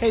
Hey,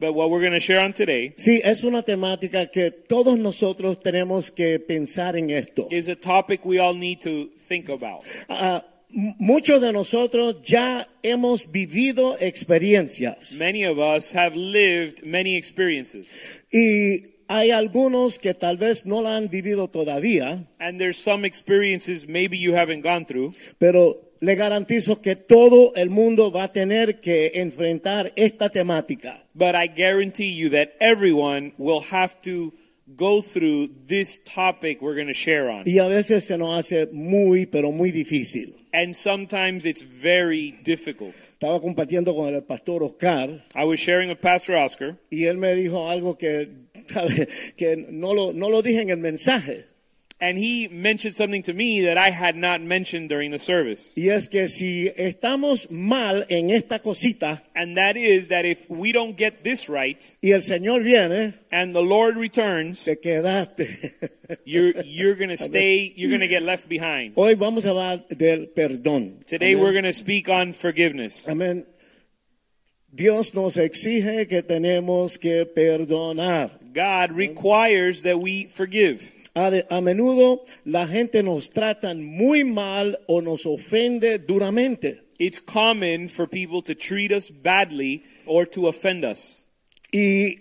But what we're going to share on today Sí, es una temática que todos nosotros tenemos que pensar en esto. is a topic we all need to think about. Ah, m- muchos de nosotros ya hemos vivido experiencias Many of us have lived many experiences, y hay algunos que tal vez no la han vivido todavía, and there's some experiences maybe you haven't gone through, pero le garantizo que todo el mundo va a tener que enfrentar esta temática. but I guarantee you that everyone will have to go through this topic we're going to share on. Y a veces se nos hace muy, pero muy difícil. And sometimes it's very difficult. Estaba compartiendo con el pastor Oscar I was sharing with Pastor Oscar, Y él me dijo algo que, ¿sabe? que no, lo, no lo dije en el mensaje. and he mentioned something to me that I had not mentioned during the service. Y es que si estamos mal en esta cosita And that is that if we don't get this right, y el Señor viene, and the Lord returns, te quedaste. you're you're gonna stay. You're gonna get left behind. Hoy vamos a hablar del perdón. Today Amén. we're gonna speak on forgiveness. Amén. Dios nos exige que tenemos que perdonar. God requires that we forgive. A, de- a menudo la gente nos trata muy mal o nos ofende duramente. It's common for people to treat us badly or to offend us, Y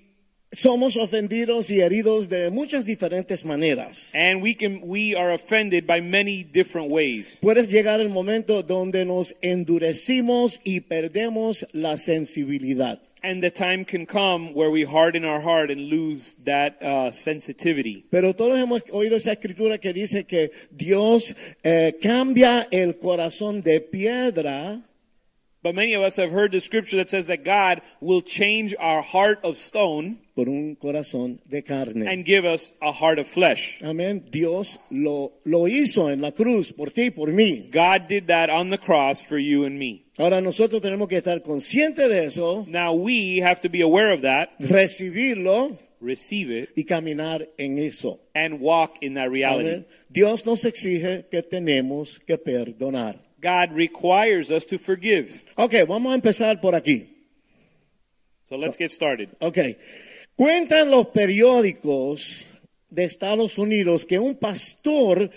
somos ofendidos y heridos de muchas diferentes maneras. and we can we are offended by many different ways. Puedes llegar el momento donde nos endurecimos y perdemos la sensibilidad. And the time can come where we harden our heart and lose that uh, sensitivity. Pero todos hemos oído esa escritura que dice que Dios eh, cambia el corazón de piedra But many of us have heard the scripture that says that God will change our heart of stone por un corazón de carne. and give us a heart of flesh. Amén. Dios lo, lo hizo en la cruz por ti y por mí. God did that on the cross for you and me. Ahora nosotros tenemos que estar conscientes de eso, Now we have to be aware of that, recibirlo receive it, y caminar en eso. and walk in that reality. Amén. Dios nos exige que tenemos que perdonar. God requires us to forgive. Ok, vamos a empezar por aquí. So let's get started. Ok. Cuentan los periódicos de Estados Unidos que un pastor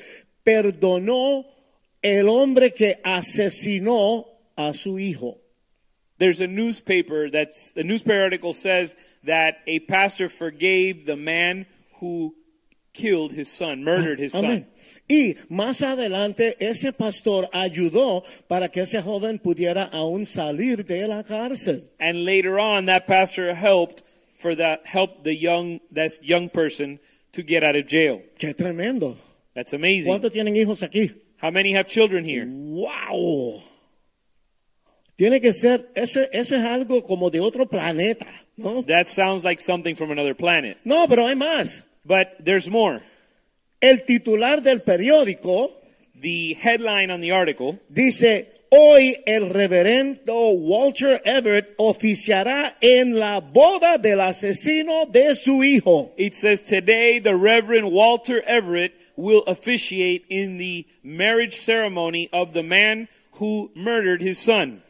perdonó el hombre que asesinó a su hijo. There's a newspaper that's the newspaper article says that a pastor forgave the man who killed his son, murdered his son. Amén. Y más adelante ese pastor ayudó para que ese joven pudiera aún salir de la cárcel. And later on that pastor helped for that helped the young that young person to get out of jail. Qué tremendo. That's amazing. ¿Cuántos tienen hijos aquí? How many have children here? Mm. ¡Wow! Tiene que ser, eso, eso es algo como de otro planeta, ¿no? That sounds like something from another planet. No, pero hay más. But there's more. El titular del periódico The headline on the article dice, hoy el reverendo Walter Everett oficiará en la boda del asesino de su hijo. it says today the Reverend Walter Everett will officiate in the marriage ceremony of the man who murdered his son.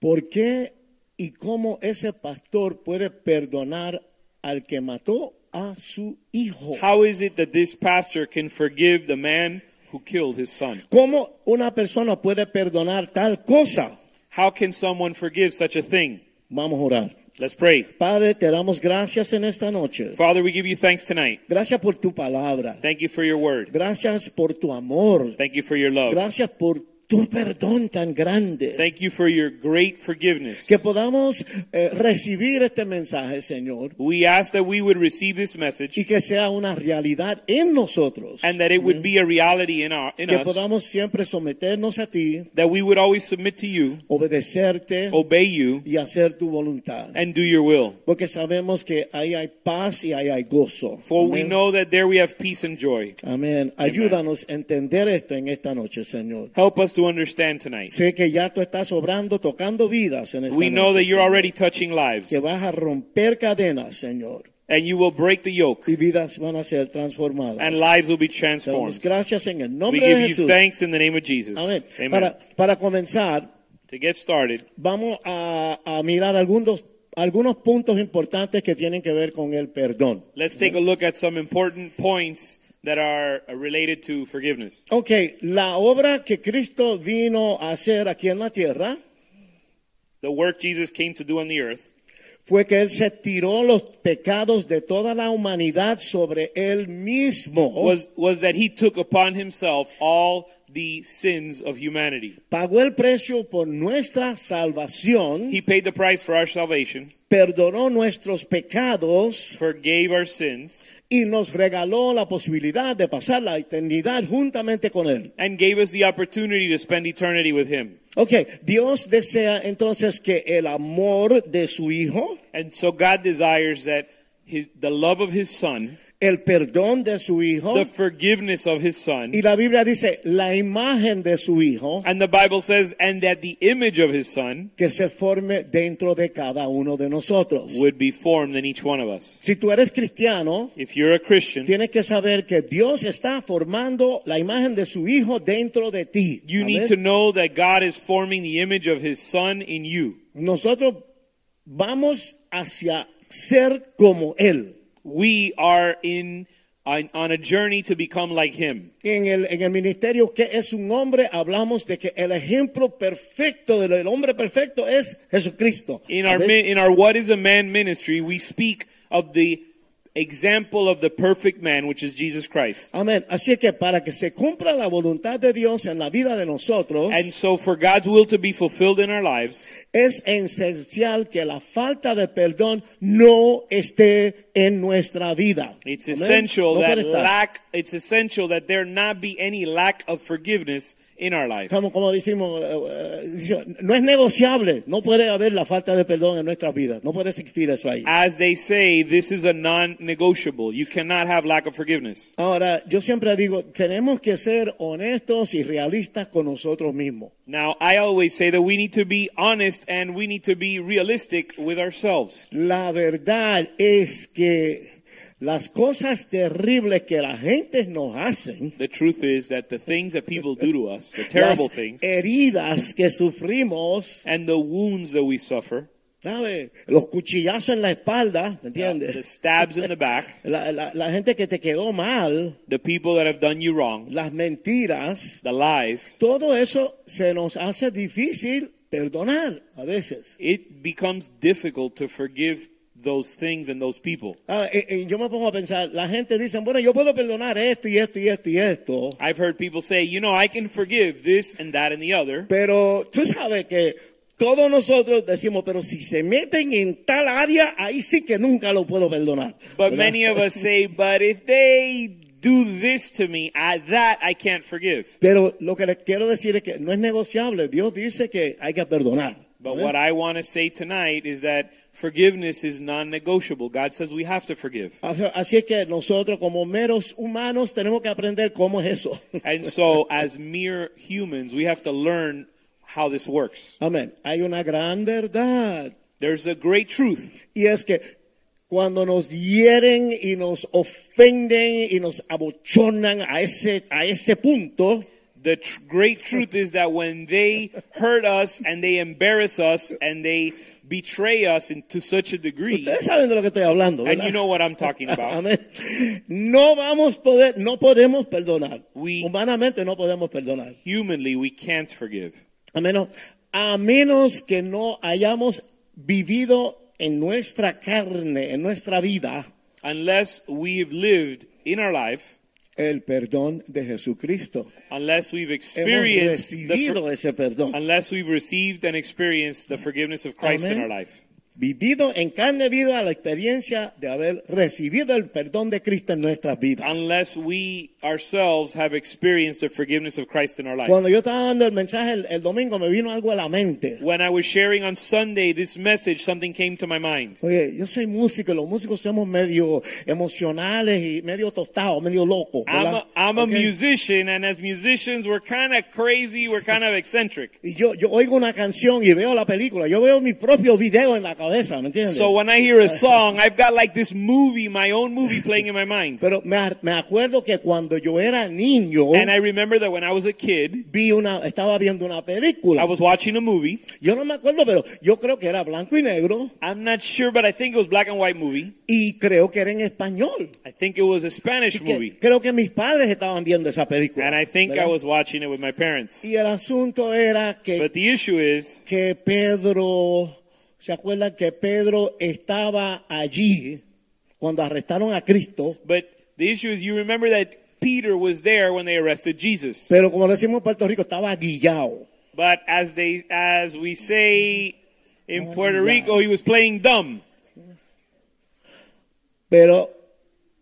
¿Por qué y cómo ese pastor puede perdonar al que mató a su hijo? How is it that this pastor can forgive the man who killed his son? ¿Cómo una persona puede perdonar tal cosa? How can someone forgive such a thing? Vamos a orar. Let's pray. Padre, te damos gracias en esta noche. Father, we give you thanks tonight. Gracias por tu palabra. Thank you for your word. Gracias por tu amor. Thank you for your love. Gracias por tu perdón tan grande. Thank you for your great forgiveness. Que podamos eh, recibir este mensaje, Señor, We ask that we would receive this y message que sea una realidad en nosotros. and that it would be a reality in, our, in que us, podamos siempre someternos a ti, that we would always submit to you, obedecerte obey you, y hacer tu voluntad. and do your will. Porque sabemos que ahí hay paz y ahí hay gozo. For we Amén. know that there we have peace and joy. Amén. Ayúdanos a entender esto en esta noche, Señor. Help us to understand tonight. Sé que ya tú estás obrando, tocando vidas en esta We know noche, that you're Señor. already touching lives que vas a romper cadenas, Señor, and you will break the yoke y vidas van a ser transformadas. and lives will be Te damos transformed. gracias en el We nombre de give you Jesús. thanks in the name of Jesus. Amén. Amen. Para, para comenzar, To get started, vamos a, a mirar algunos, algunos puntos importantes que tienen que ver con el perdón. let's take a look at some important points that are related to forgiveness. Ok, la obra que Cristo vino a hacer aquí en la tierra The work Jesus came to do on the earth fue que Él se tiró los pecados de toda la humanidad sobre Él mismo. was, was that he took upon himself all the sins of humanity. Pagó el precio por nuestra salvación, He paid the price for our salvation, perdonó nuestros pecados forgave our sins, y nos regaló la posibilidad de pasar la eternidad juntamente con Él. and gave us the opportunity to spend eternity with him. Ok, Dios desea entonces que el amor de su Hijo, And so God desires that his, the love of his son, el perdón de su Hijo, the forgiveness of his son, y la Biblia dice la imagen de su Hijo, and the Bible says, and that the image of his son que se forme dentro de cada uno de nosotros. would be formed in each one of us. Si tú eres cristiano, If you're a Christian, tienes que saber que Dios está formando la imagen de su Hijo dentro de ti. you Amén. need to know that God is forming the image of his son in you. Nosotros vamos hacia ser como Él. We are in on, on a journey to become like him. En el, en el ministerio que es un hombre, hablamos de que el ejemplo perfecto del hombre perfecto es Jesucristo. In our Amén. min, in our what is a man ministry, we speak of the example of the perfect man, which is Jesus Christ. Amén. Así que para que se cumpla la voluntad de Dios en la vida de nosotros, And so for God's will to be fulfilled in our lives, Es esencial que la falta de perdón no esté en nuestra vida. it's Amén. essential No that puede estar. lack it's essential that there not be any lack of forgiveness in our life. Como, como decimos, eh, eh, dice, no es negociable. No puede haber la falta de perdón en nuestra vida. No puede existir eso ahí. As they say, this is a non-negotiable. You cannot have lack of forgiveness. Ahora, yo siempre digo, tenemos que ser honestos y realistas con nosotros mismos. Now, I always say that we need to be honest and we need to be realistic with ourselves. La verdad es que las cosas terribles que la gente nos hacen, The truth is that the things that people do to us, the las terrible things, heridas que sufrimos, and the wounds that we suffer, uh, ¿Sabe? Los cuchillazos en la espalda, ¿me the entiendes? stabs in the back, La, la- la gente que te quedó mal, the people that have done you wrong, las mentiras, the lies, todo eso se nos hace difícil perdonar a veces. it becomes difficult to forgive those things and those people. Ah, eh, eh, yo me pongo a pensar, la gente dice, bueno, yo puedo perdonar esto y esto y esto y esto, I've heard people say, you know, I can forgive this and that and the other. pero tú sabes que todos nosotros decimos, pero si se meten en tal área, ahí sí que nunca lo puedo perdonar. But ¿verdad? many of us say, but if they do this to me, I, that I can't forgive. Pero lo que les quiero decir es que no es negociable. Dios dice que hay que perdonar. But ¿Amén? what I want to say tonight is that forgiveness is non negotiable. God says we have to forgive. Así así es que nosotros como meros humanos tenemos que aprender cómo es eso. And so, as mere humans, we have to learn how this works. Amén. Hay una gran verdad. There's a great truth. Y es que cuando nos hieren y nos ofenden y nos abochonan a ese, a ese punto, The tr- great truth is that when they hurt us and they embarrass us and they betray us in, to such a degree, ustedes saben de lo que estoy hablando. and ¿verdad? you know what I'm talking about. Amén. No vamos poder, no podemos perdonar. We- Humanamente no podemos perdonar. Humanly, we can't forgive. A menos, a menos que no hayamos vivido en nuestra carne, en nuestra vida, unless we've lived in our life el perdón de Jesucristo. unless we've Hemos experienced the recibido for- ese perdón. unless we've received and experienced the forgiveness of Christ in Amén. our life. Vivido en carne viva la experiencia de haber recibido el perdón de Cristo en nuestras vidas. Unless we ourselves have experienced the forgiveness of Christ in our life. Cuando yo estaba dando el mensaje el, el domingo me vino algo a la mente. When I was sharing on Sunday this message, something came to my mind. Oye, yo soy músico, y los músicos somos medio emocionales y medio tostados, medio locos. I'm ¿verdad? a, I'm a Ok. musician, and as musicians, we're kind of crazy, we're kind of eccentric. Y yo, yo oigo una canción y veo la película, yo veo mi propio video en la cabeza, ¿me entiendes? So when I hear a song, I've got like this movie, my own movie playing in my mind. Pero me, a- me acuerdo que cuando yo era niño, And I remember that when I was a kid, vi una, estaba viendo una película. I was watching a movie. Yo no me acuerdo, pero yo creo que era blanco y negro I'm not sure, but I think it was black and white movie. y creo que era en español. I think it was a Spanish Así que movie. creo que mis padres estaban viendo esa película. And I think I ¿verdad? was watching it with my parents. Y el asunto era que But the issue is que Pedro, ¿se acuerdan que Pedro estaba allí cuando arrestaron a Cristo? But the issue is, you remember that Peter was there when they arrested Jesus. Pero como decimos en Puerto Rico, estaba guillado. But as they, as we say in Puerto Rico, he was playing dumb. Pero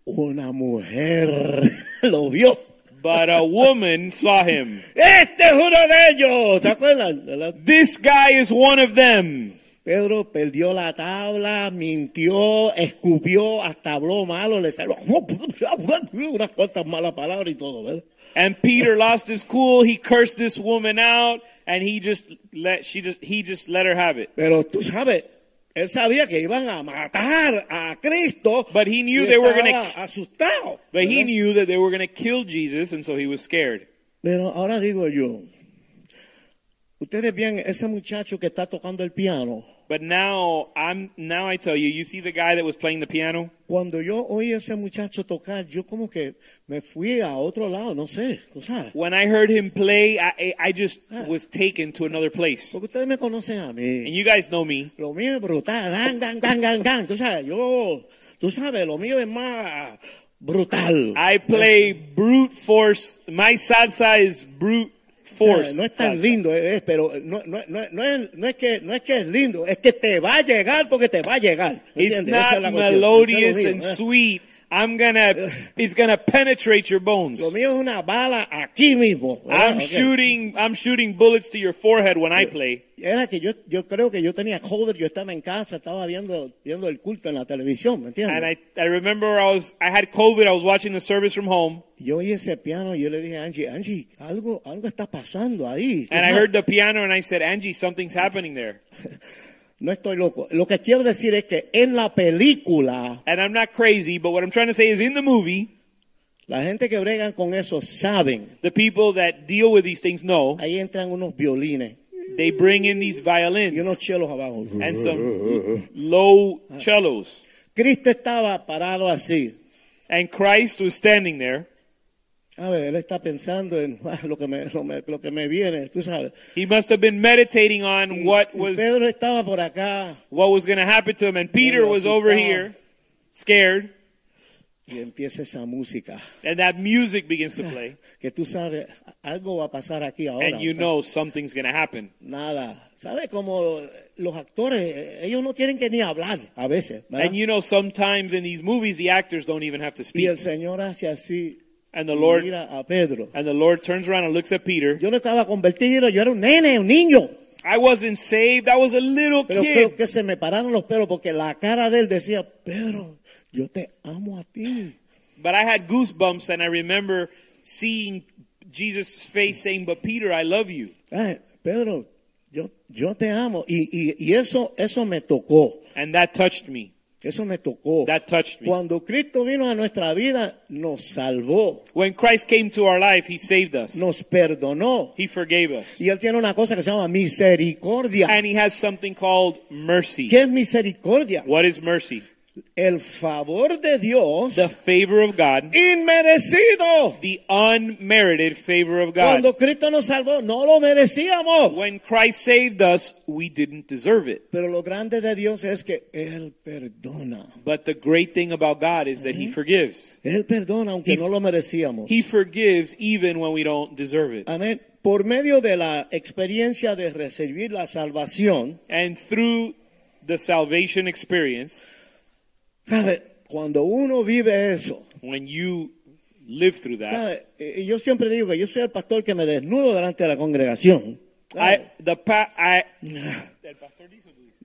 una mujer lo vio. But a woman saw him. Este es uno de ellos, ¿se acuerdan? ¿Verdad? This guy is one of them. Pedro perdió la tabla, mintió, escupió, hasta habló malo, le salió "Oh, unas cuantas malas palabras y todo, ¿verdad? And Peter lost his cool. He cursed this woman out, and he just let she just he just let her have it. Pero tú sabes, él sabía que iban a matar a Cristo. But he knew y they were estaba gonna- asustado. But he ¿verdad? knew that they were going to kill Jesus, and so he was scared. Pero ahora digo yo, ustedes ven ese muchacho que está tocando el piano. But now I'm now I tell you, you see the guy that was playing the piano. Cuando yo oí a ese muchacho tocar, yo como que me fui a otro lado, no sé, tú sabes. When I heard him play, I, I- I just was taken to another place. Porque ustedes me conocen a And mí. you guys know me. Lo mío es brutal, dan, dan, dan, dan, dan. Tú sabes, yo, tú sabes, lo mío es más brutal. I play brute force. My salsa is brute force. No es tan salsa. lindo, es, pero no, no, no, no es, no, es que, no es que es lindo, es que te va a llegar porque te va a llegar. It's ¿Entiendes? Esa es not la cuestión. melodious Eso es and lo mío, ¿eh? sweet. I'm gonna. It's gonna penetrate your bones. Lo mío es una bala aquí mismo. ¿verdad? I'm Ok. shooting. I'm shooting bullets to your forehead when I play. Era que yo, yo creo que yo tenía cover, yo estaba en casa, estaba viendo, viendo el culto en la televisión, ¿me entiendes? And I, I remember I was. I had COVID. I was watching the service from home, Yo oí ese piano y yo le dije a Angie, Angie, algo, algo está pasando ahí. and I No, heard the piano, and I said, "Angie, something's happening there." no estoy loco. Lo que quiero decir es que en la película, And I'm not crazy, but what I'm trying to say is, in the movie, la gente que bregan con eso saben. the people that deal with these things know Ahí entran unos violines they bring in these y unos violins chelos abajo. uh, and some low cellos. Cristo estaba parado así. And Christ was standing there. A ver, él está pensando en ah, lo que me, lo, me- lo que me viene, tú sabes. He must have been meditating on what Y was Pedro estaba por acá what was going to happen to him. And Peter was over here, scared. y empieza esa música And that music begins to play, que tú sabes algo va a pasar aquí ahora. and you know something's going to happen. Nada, sabes como los actores eh, ellos no tienen que ni hablar a veces. ¿verdad? And you know sometimes in these movies the actors don't even have to y el speak. Señor hace así And the y Lord mira a Pedro. and the Lord turns around and looks at Peter. Yo no estaba convertido, yo era un nene, un niño. I wasn't saved. I was a little Pero creo kid. que se me pararon los pelos porque la cara de él decía, Pedro, yo te amo a ti. But I had goosebumps and I remember seeing Jesus' face saying, But Peter, I love you. Ay, Pedro, yo, yo te amo. Y, y, y eso, eso me tocó. And that touched me. Eso me tocó. That touched me. Cuando Cristo vino a nuestra vida, nos salvó, When Christ came to our life, he saved us. nos perdonó. He forgave us. Y Él tiene una cosa que se llama misericordia. And he has something called mercy. ¿Qué es misericordia? What is mercy? el favor de Dios the favor of God, inmerecido. the unmerited favor of God. Cuando Cristo nos salvó, no lo merecíamos. When Christ saved us, we didn't deserve it. Pero lo grande de Dios es que Él perdona. But the great thing about God is that He forgives. Él perdona aunque He- no lo merecíamos. He forgives even when we don't deserve it. Amén. Por medio de la experiencia de recibir la salvación, And through the salvation experience, ¿sabe? cuando uno vive eso, when you live through that, ¿sabe? Eh, yo siempre digo que yo soy el pastor que me desnudo delante de la congregación. I the pa- I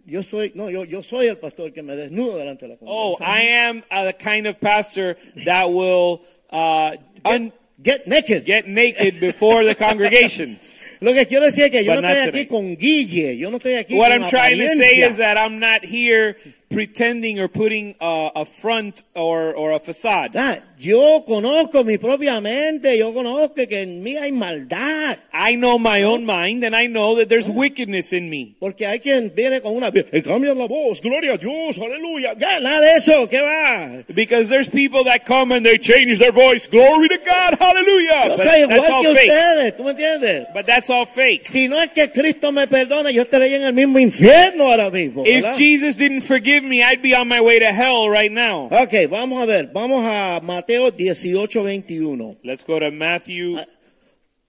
Yo soy, no, yo, yo soy el pastor que me desnudo delante de la oh congregación. I am uh, the kind of pastor that will uh, un- Get naked. get naked before the congregation. Lo que quiero decir es que yo But no not estoy today. aquí con Guille, yo no estoy aquí What con I'm trying to say apariencia. is that I'm not here pretending or putting a, a front or, or a facade. Ah, yo conozco mi propia mente, yo conozco que en mí hay maldad. I know my own mind and I know that there's wickedness in me. Porque hay quien viene con una... "Eh, Cambia la voz, gloria a Dios, aleluya. Ya, nada de eso, ¿qué va? Because there's people that come and they change their voice. Glory to God. Hallelujah. Yo But soy that's igual all que fake. ustedes, ¿tú me entiendes? But that's all fake. Si no es que Cristo me perdone, yo estaría en el mismo infierno ahora mismo. ¿verdad? If Jesus didn't forgive me, I'd be on my way to hell right now. Ok, vamos a ver, vamos a Mateo 18, 21. Let's go to Matthew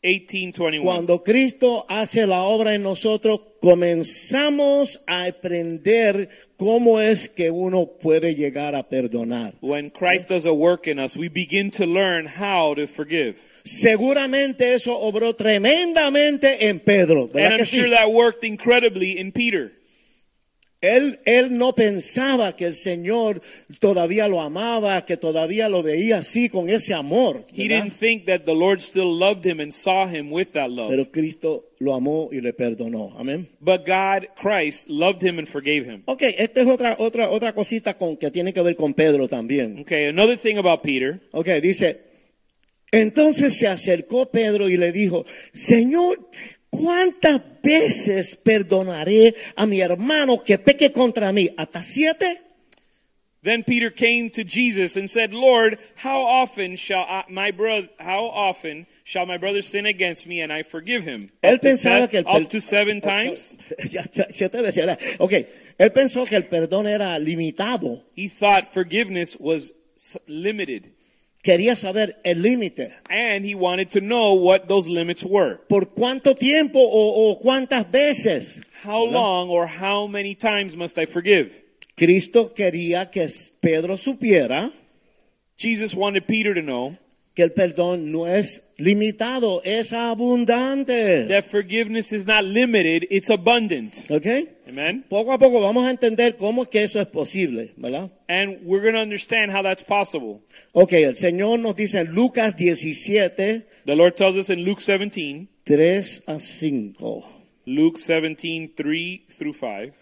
18:21. Uh, Cuando Cristo hace la obra en nosotros, comenzamos a aprender cómo es que uno puede llegar a perdonar. When Christ does a work in us, we begin to learn how to forgive. Seguramente eso obró tremendamente en Pedro. And ¿verdad I'm que sí? sure that worked incredibly in Peter. Él, él no pensaba que el Señor todavía lo amaba, que todavía lo veía así con ese amor. He ¿verdad? didn't think that the Lord still loved him and saw him with that love. Pero Cristo lo amó y le perdonó. Amén. But God, Christ, loved him and forgave him. Ok, esta es otra, otra, otra cosita con, que tiene que ver con Pedro también. Okay, another thing about Peter. Ok, dice, entonces se acercó Pedro y le dijo, Señor, ¿cuántas veces perdonaré a mi hermano que peque contra mí? ¿Hasta siete? Then Peter came to Jesus and said, "Lord, how often shall I, my brother how often shall my brother sin against me and I forgive him?" Él to, pensaba sev- que el per- up to seven times. Ya, ya, siete veces. era- Ok, él pensó que el perdón era limitado. He thought forgiveness was s- limited, Quería saber el límite. and he wanted to know what those limits were. ¿Por cuánto tiempo o, o cuántas veces? How long or how many times must I forgive? Cristo quería que Pedro supiera Jesus wanted Peter to know que el perdón no es limitado, es abundante. that forgiveness is not limited, it's abundant. ¿Ok? Amen. Poco a poco vamos a entender cómo es que eso es posible, ¿verdad? And we're going to understand how that's possible. Ok, el Señor nos dice en Lucas 17, The Lord tells us in Luke 17, 3 a 5. Luke 17, 3 through 5.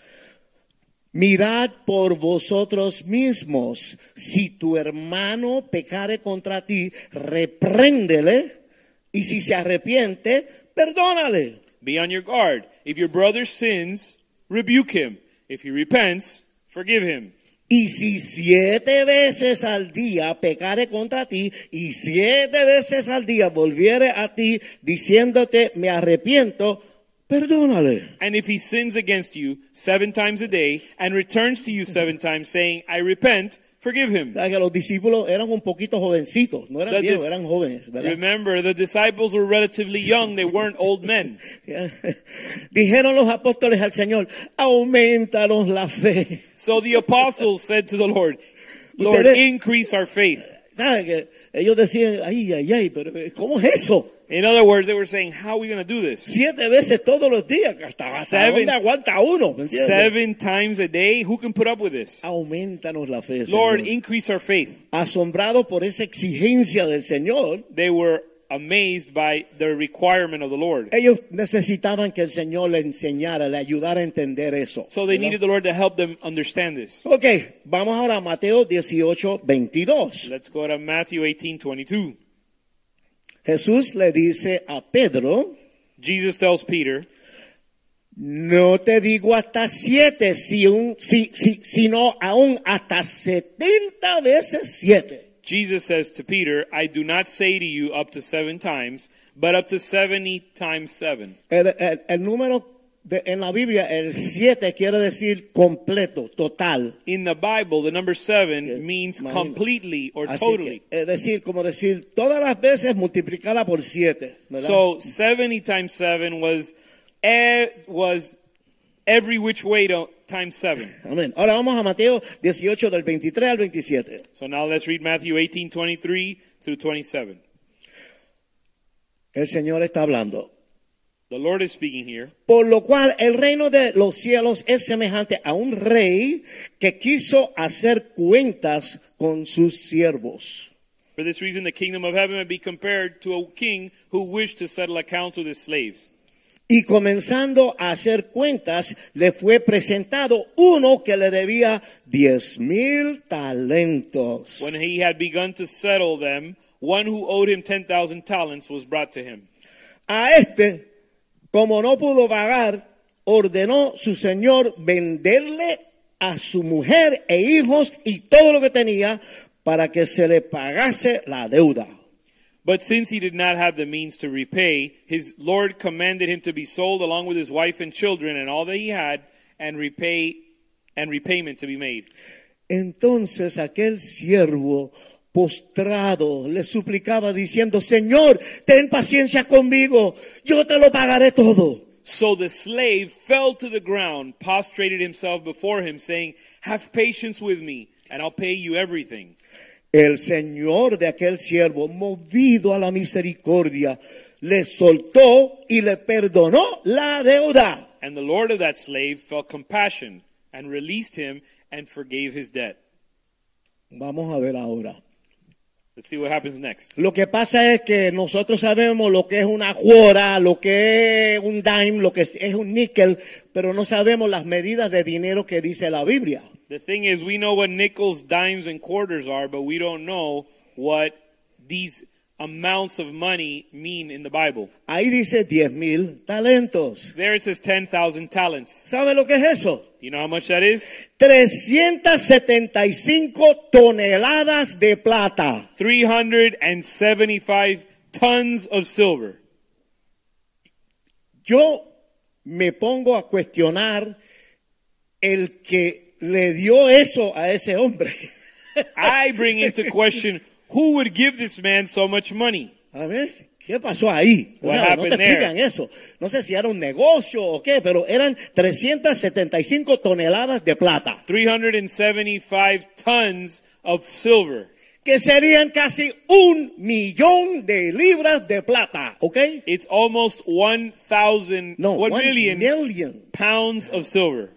Mirad por vosotros mismos. Si tu hermano pecare contra ti, repréndele. Y si se arrepiente, perdónale. Be on your guard. If your brother sins, rebuke him. If he repents, forgive him. Y si siete veces al día pecare contra ti y siete veces al día volviere a ti diciéndote me arrepiento, perdónale. And if he sins against you seven times a day and returns to you seven times saying, I repent, forgive O him. sea, que los discípulos eran un poquito jovencitos, no eran The viejos, dis- eran jóvenes, ¿verdad? Remember, the disciples were relatively young. They weren't old men. Dijeron los apóstoles al Señor, aumentanos la fe. So the apostles said to the Lord, Lord, Ustedes- increase our faith. ¿Saben que Ellos decían, ay, ay, ay, pero eh, ¿cómo es eso? In other words, they were saying, How are we going to do this? Siete veces todos los días, hasta, hasta Seven- dónde aguanta uno. ¿Me entiendes? Seven times a day? Who can put up with this? Aumentanos la fe. Señor. Lord, increase our faith. asombrado por esa exigencia del Señor, They were amazed by the requirement of the Lord. ellos necesitaban que el Señor le enseñara, le ayudara a entender eso. So they ¿verdad? needed the Lord to help them understand this. Ok, vamos ahora a Mateo 18, 22. Let's go to Matthew 18 22. Jesús le dice a Pedro, Jesus tells Peter, No te digo hasta siete, si un- si- si- sino aún hasta setenta veces siete. Jesus says to Peter, I do not say to you up to seven times, but up to 70 times seven. El, el- el número de- en la Biblia, el siete quiere decir completo, total. In the Bible, the number seven means Imagina. completely or Así totally. que, es decir, como decir, todas las veces multiplicarla por siete. ¿verdad? So 70 times seven was, e- was every which way to, times seven. Amén. Ahora vamos a Mateo 18 del 23 al 27. So now let's read Matthew 18, 23 through 27. El Señor está hablando. The Lord is speaking here. Por lo cual el reino de los cielos es semejante a un rey que quiso hacer cuentas con sus siervos. For this reason, the kingdom of heaven may be compared to a king who wished to settle accounts with his slaves. Y comenzando a hacer cuentas, le fue presentado uno que le debía diez mil talentos. When he had begun to settle them, one who owed him 10,000 talents was brought to him. A este, como no pudo pagar, ordenó su señor venderle a su mujer e hijos y todo lo que tenía para que se le pagase la deuda. But since he did not have the means to repay, his Lord commanded him to be sold along with his wife and children and all that he had and repay and repayment to be made. Entonces aquel siervo postrado le suplicaba diciendo, Señor, ten paciencia conmigo, yo te lo pagaré todo. So the slave fell to the ground, prostrated himself before him, saying, Have patience with me, and I'll pay you everything. El señor de aquel siervo, movido a la misericordia, le soltó y le perdonó la deuda. And the Lord of that slave felt compassion and released him and forgave his debt. Vamos a ver ahora. Let's see what happens next. Lo que pasa es que nosotros sabemos lo que es una cuora, lo que es un dime, lo que es un níquel, pero no sabemos las medidas de dinero que dice la Biblia. The thing is, we know what nickels, dimes, and quarters are, but we don't know what these amounts of money mean in the Bible. Ahí dice 10 mil talentos. There it says 10,000 talents. ¿Sabe lo que es eso? Do you know how much that is? 375 toneladas de plata. 375 tons of silver. Yo me pongo a cuestionar el que le dio eso a ese hombre. I bring into question who would give this man so much money? A ver, ¿qué pasó ahí? O What sea, no te happened there? explican eso. No sé si era un negocio o qué, pero eran 375 toneladas de plata, 375 tons of silver. que serían casi un millón de libras de plata, ¿ok? It's almost 1,000, No, one one million million. pounds of silver.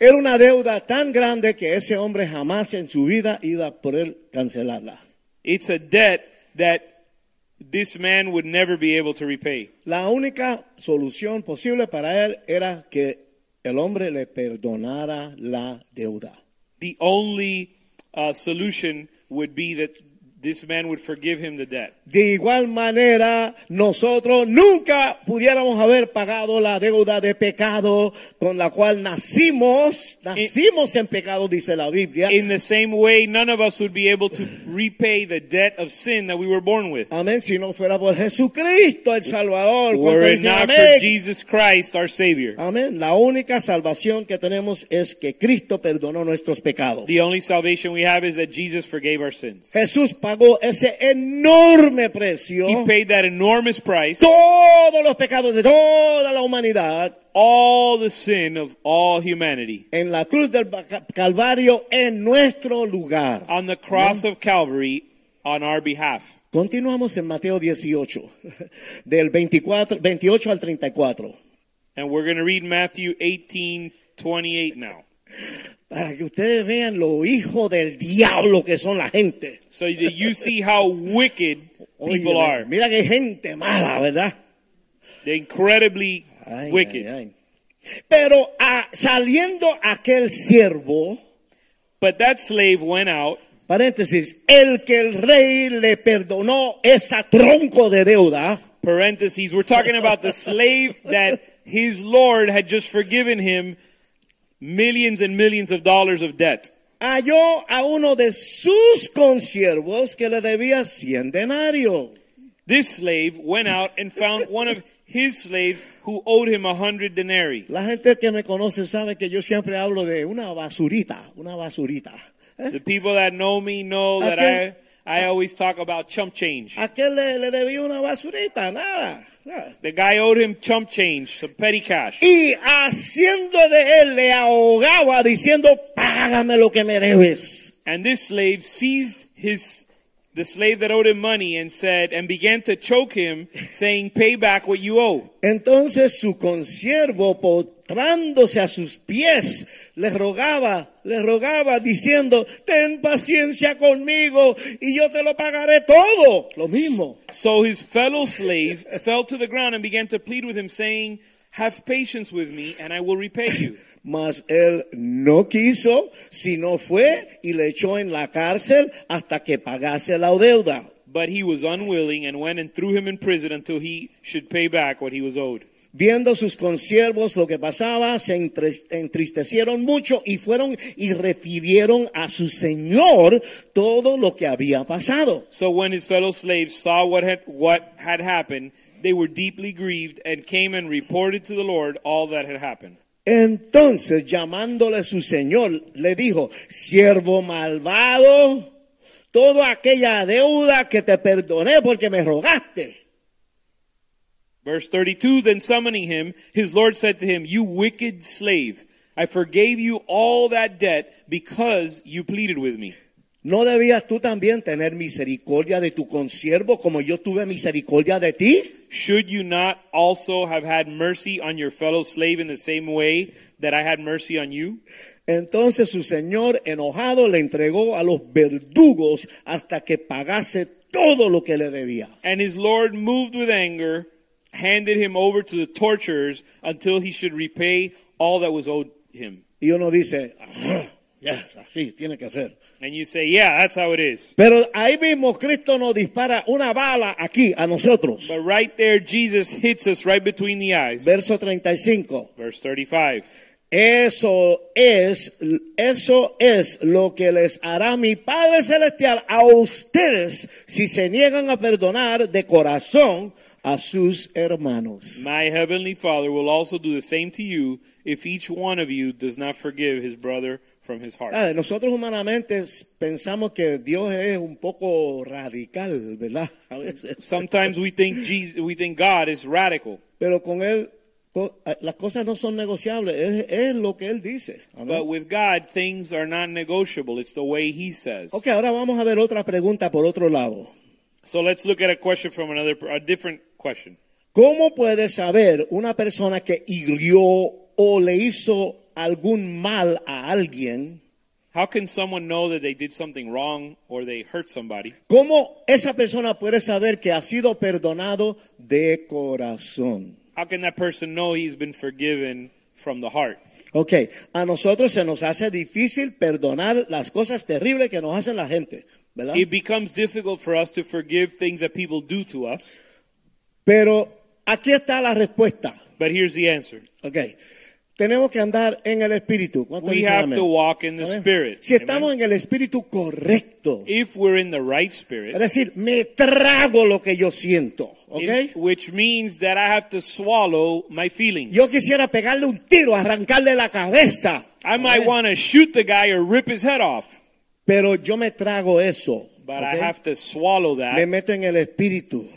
Era una deuda tan grande que ese hombre jamás en su vida iba a poder cancelarla. It's a debt that this man would never be able to repay. La única solución posible para él era que el hombre le perdonara la deuda. The only uh, solution would be that this man would forgive him the debt. De igual manera, nosotros nunca pudiéramos haber pagado la deuda de pecado con la cual nacimos, nacimos en pecado, dice la Biblia. In the same way, none of us would be able to repay the debt of sin that we were born with. Amén, si no fuera por Jesucristo el Salvador. Were ¿Cuánto it dicen not for amén? Jesus Christ, our Savior. Amén. La única salvación que tenemos es que Cristo perdonó nuestros pecados. The only salvation we have is that Jesus forgave our sins. Jesús pagó ese enorme precio. He paid that enormous price, todos los pecados de toda la humanidad all the sin of all humanity. en la cruz del Baca- Calvario en nuestro lugar. On the cross of Calvary, on our behalf. Continuamos en Mateo 18, del 24, 28 al 34, And we're going to read Matthew 18 28 now. para que ustedes vean lo hijo del diablo que son la gente. So that you see how wicked Oye, people are. Mira que hay gente mala, ¿verdad? They're incredibly Ay, wicked. ay, ay. Pero a- saliendo aquel siervo, But that slave went out, paréntesis, el que el rey le perdonó esa tronco de deuda, parentheses. We're talking about the slave that his Lord had just forgiven him millions and millions of dollars of debt. halló a uno de sus consiervos que le debía 100 denarios. This slave went out and found one of his slaves who owed him a hundred denarii. La gente que me conoce sabe que yo siempre hablo de una basurita, una basurita. ¿Eh? The people that know me know that I I always talk about chump change. ¿A qué le, le debía una basurita? Nada, nada. The guy owed him chump change, some petty cash. Y haciendo de él le ahogaba diciendo, págame lo que me debes. And this slave seized his the slave that owed him money and said and began to choke him, saying, Pay back what you owe. Entonces su consiervo, postrándose a sus pies, le rogaba, le rogaba diciendo, ten paciencia conmigo y yo te lo pagaré todo. Lo mismo. So his fellow slave fell to the ground and began to plead with him, saying, Have patience with me, and I will repay you. Mas él no quiso, sino fue y le echó en la cárcel hasta que pagase la deuda. But he was unwilling and went and threw him in prison until he should pay back what he was owed. Viendo sus consiervos lo que pasaba, se entre- entristecieron mucho y fueron y refirieron a su señor todo lo que había pasado. So when his fellow slaves saw what had, what had happened, they were deeply grieved and came and reported to the Lord all that had happened. Entonces, llamándole su señor, le dijo, siervo malvado, toda aquella deuda que te perdoné porque me rogaste. Verse 32 Then summoning him, his Lord said to him, You wicked slave, I forgave you all that debt because you pleaded with me. ¿No debías tú también tener misericordia de tu consiervo como yo tuve misericordia de ti? Should you not also have had mercy on your fellow slave in the same way that I had mercy on you? Entonces su señor enojado le entregó a los verdugos hasta que pagase todo lo que le debía. And his Lord, moved with anger, handed him over to the torturers until he should repay all that was owed him. Y uno dice, "Ajá, ya, así tiene que ser. And you say, Yeah, that's how it is. Pero ahí mismo Cristo nos dispara una bala aquí a nosotros. But right there, Jesus hits us right between the eyes. Verso 35. Verse 35. Eso es, eso es lo que les hará mi Padre Celestial a ustedes si se niegan a perdonar de corazón a sus hermanos. My heavenly Father will also do the same to you if each one of you does not forgive his brother from his heart. Ah, Nosotros humanamente pensamos que Dios es un poco radical, ¿verdad? A veces. Sometimes we think Jesus, we think God is radical, Pero con Él co- las cosas no son negociables, es, es lo que Él dice. Amén. but with God things are not negotiable. It's the way He says. Ok, ahora vamos a ver otra pregunta por otro lado. So let's look at a question from another, a different question. ¿Cómo puede saber una persona que hirió o le hizo algún mal a alguien? How can someone know that they did something wrong or they hurt somebody? ¿Cómo esa persona puede saber que ha sido perdonado de corazón? How can that person know he's been forgiven from the heart? Ok, a nosotros se nos hace difícil perdonar las cosas terribles que nos hacen la gente, ¿verdad? It becomes difficult for us to forgive things that people do to us, Pero aquí está la respuesta. but here's the answer. Ok, tenemos que andar en el espíritu. ¿Cuántos We dicen have amén? to walk in the Amén. spirit. Si estamos Amen. en el espíritu correcto, If we're in the right Es spirit, decir, me trago lo que yo siento, in- ¿ok? which means that I have to swallow my feelings. Yo quisiera pegarle un tiro, arrancarle la cabeza, I might ¿ok? want to shoot the guy or rip his head off, pero yo me trago eso. but I ¿ok? have to swallow that. Me meto en el espíritu.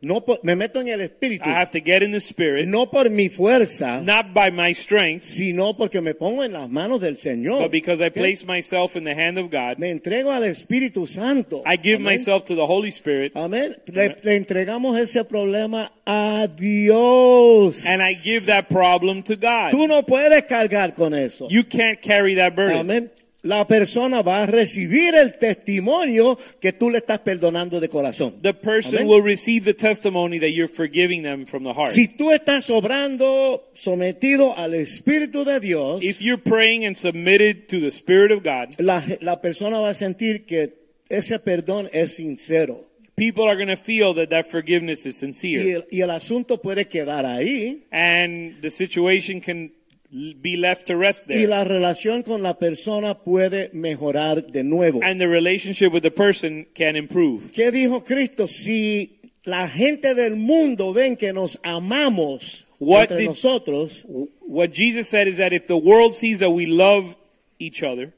No por- me meto en el espíritu, I have to get in the spirit, no por mi fuerza, not by my strength, sino porque me pongo en las manos del Señor. but because I ¿ok? place myself in the hand of God. Me entrego al Espíritu Santo. I give Amén. myself to the Holy Spirit Amén. Le, le entregamos ese problema a Dios. and I give that problem to God. Tú no puedes cargar con eso. You can't carry that burden. Amén. La persona va a recibir el testimonio que tú le estás perdonando de corazón. The person Amén. will receive the testimony that you're forgiving them from the heart. Si tú estás obrando sometido al Espíritu de Dios, if you're praying and submitted to the Spirit of God, la, la persona va a sentir que ese perdón es sincero. people are going to feel that that forgiveness is Y sincere. el, y el asunto puede quedar ahí. And the situation can l- be left to rest Y there. la relación con la persona puede mejorar de nuevo. And the relationship with the person can improve. ¿Qué dijo Cristo? Si la gente del mundo ven que nos amamos What entre did- nosotros, What Jesus said is that if the world sees that we love each other,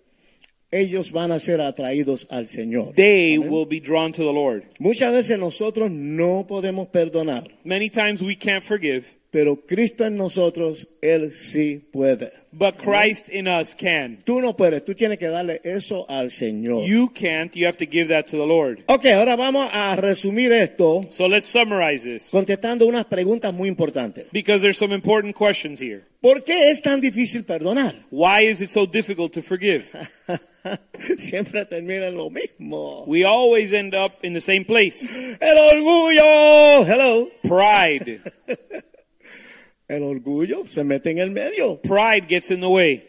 ellos van a ser atraídos al Señor. they will be drawn to the Lord. Muchas veces nosotros no podemos perdonar, Many times we can't forgive, pero Cristo en nosotros, Él sí puede. but Christ in us can. Tú no puedes, tú tienes que darle eso al Señor. You can't, you have to give that to the Lord. ok, ahora vamos a resumir esto So let's summarize this contestando unas preguntas muy importantes. because there's some important questions here. ¿Por qué es tan difícil perdonar? Why is it so difficult to forgive? Siempre termina en lo mismo. We always end up in the same place. El orgullo, hello. Pride. El orgullo se mete en el medio. Pride gets in the way.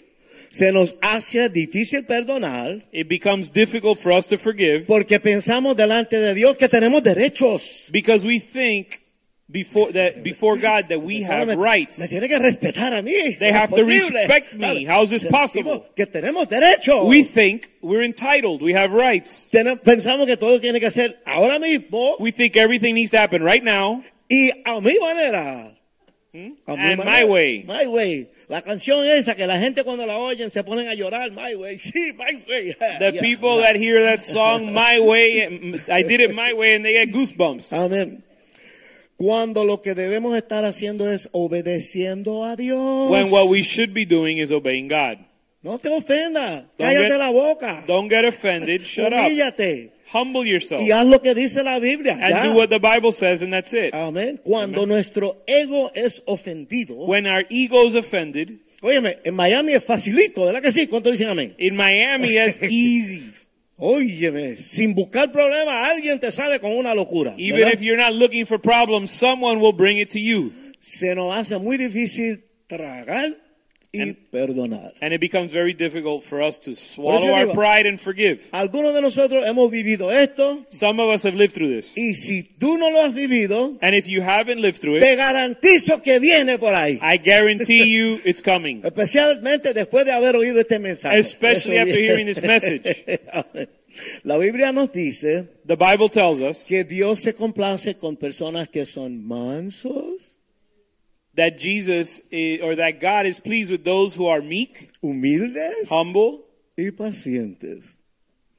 Se nos hace difícil perdonar It becomes difficult for us to forgive porque pensamos delante de Dios que tenemos derechos. because we think before that before God that we Ahora have me, rights. me tiene que respetar a mí. They ¿Cómo es have to posible? respect me. Claro, How is this sentimos possible? Que tenemos derechos. We think we're entitled. We have rights. Tene- pensamos que todo tiene que ser ahora mismo We think everything needs to happen right now. y a mi manera. A mi Hmm? And manera. my way. My way. La canción esa que la gente cuando la oyen se ponen a llorar. My way. Sí, my way. The Yeah. people that hear that song "My Way," I did it my way, and they get goosebumps. Amén. Cuando lo que debemos estar haciendo es obedeciendo a Dios. When what we should be doing is obeying God. No te ofendas. Don't Cállate get- la boca. Don't get offended. Shut up. Humíllate. Humble yourself Y haz lo que dice la Biblia. and ya. do what the Bible says, and that's it. Amén. Cuando nuestro ego es ofendido. When our ego's offended, Óyeme, en Miami es facilito, ¿verdad que sí? ¿Cuánto dicen amén? in Miami that's easy. Óyeme, sin buscar problema, alguien te sale con una locura. Even ¿verdad? if you're not looking for problems, someone will bring it to you, Se nos hace muy difícil tragar y perdonar. and it becomes very difficult for us to eso swallow our digo- pride and forgive. Algunos de nosotros hemos vivido esto Some of us have lived through this, y si tú no lo has vivido, and if you haven't lived through te it, garantizo que viene por ahí. I guarantee you it's coming. Especialmente después de haber oído este mensaje. Especially Eso after viene. hearing this message. La Biblia nos dice The Bible tells us que Dios se complace con personas que son mansos, that Jesus is, or that God is pleased with those who are meek, humildes humble, y pacientes.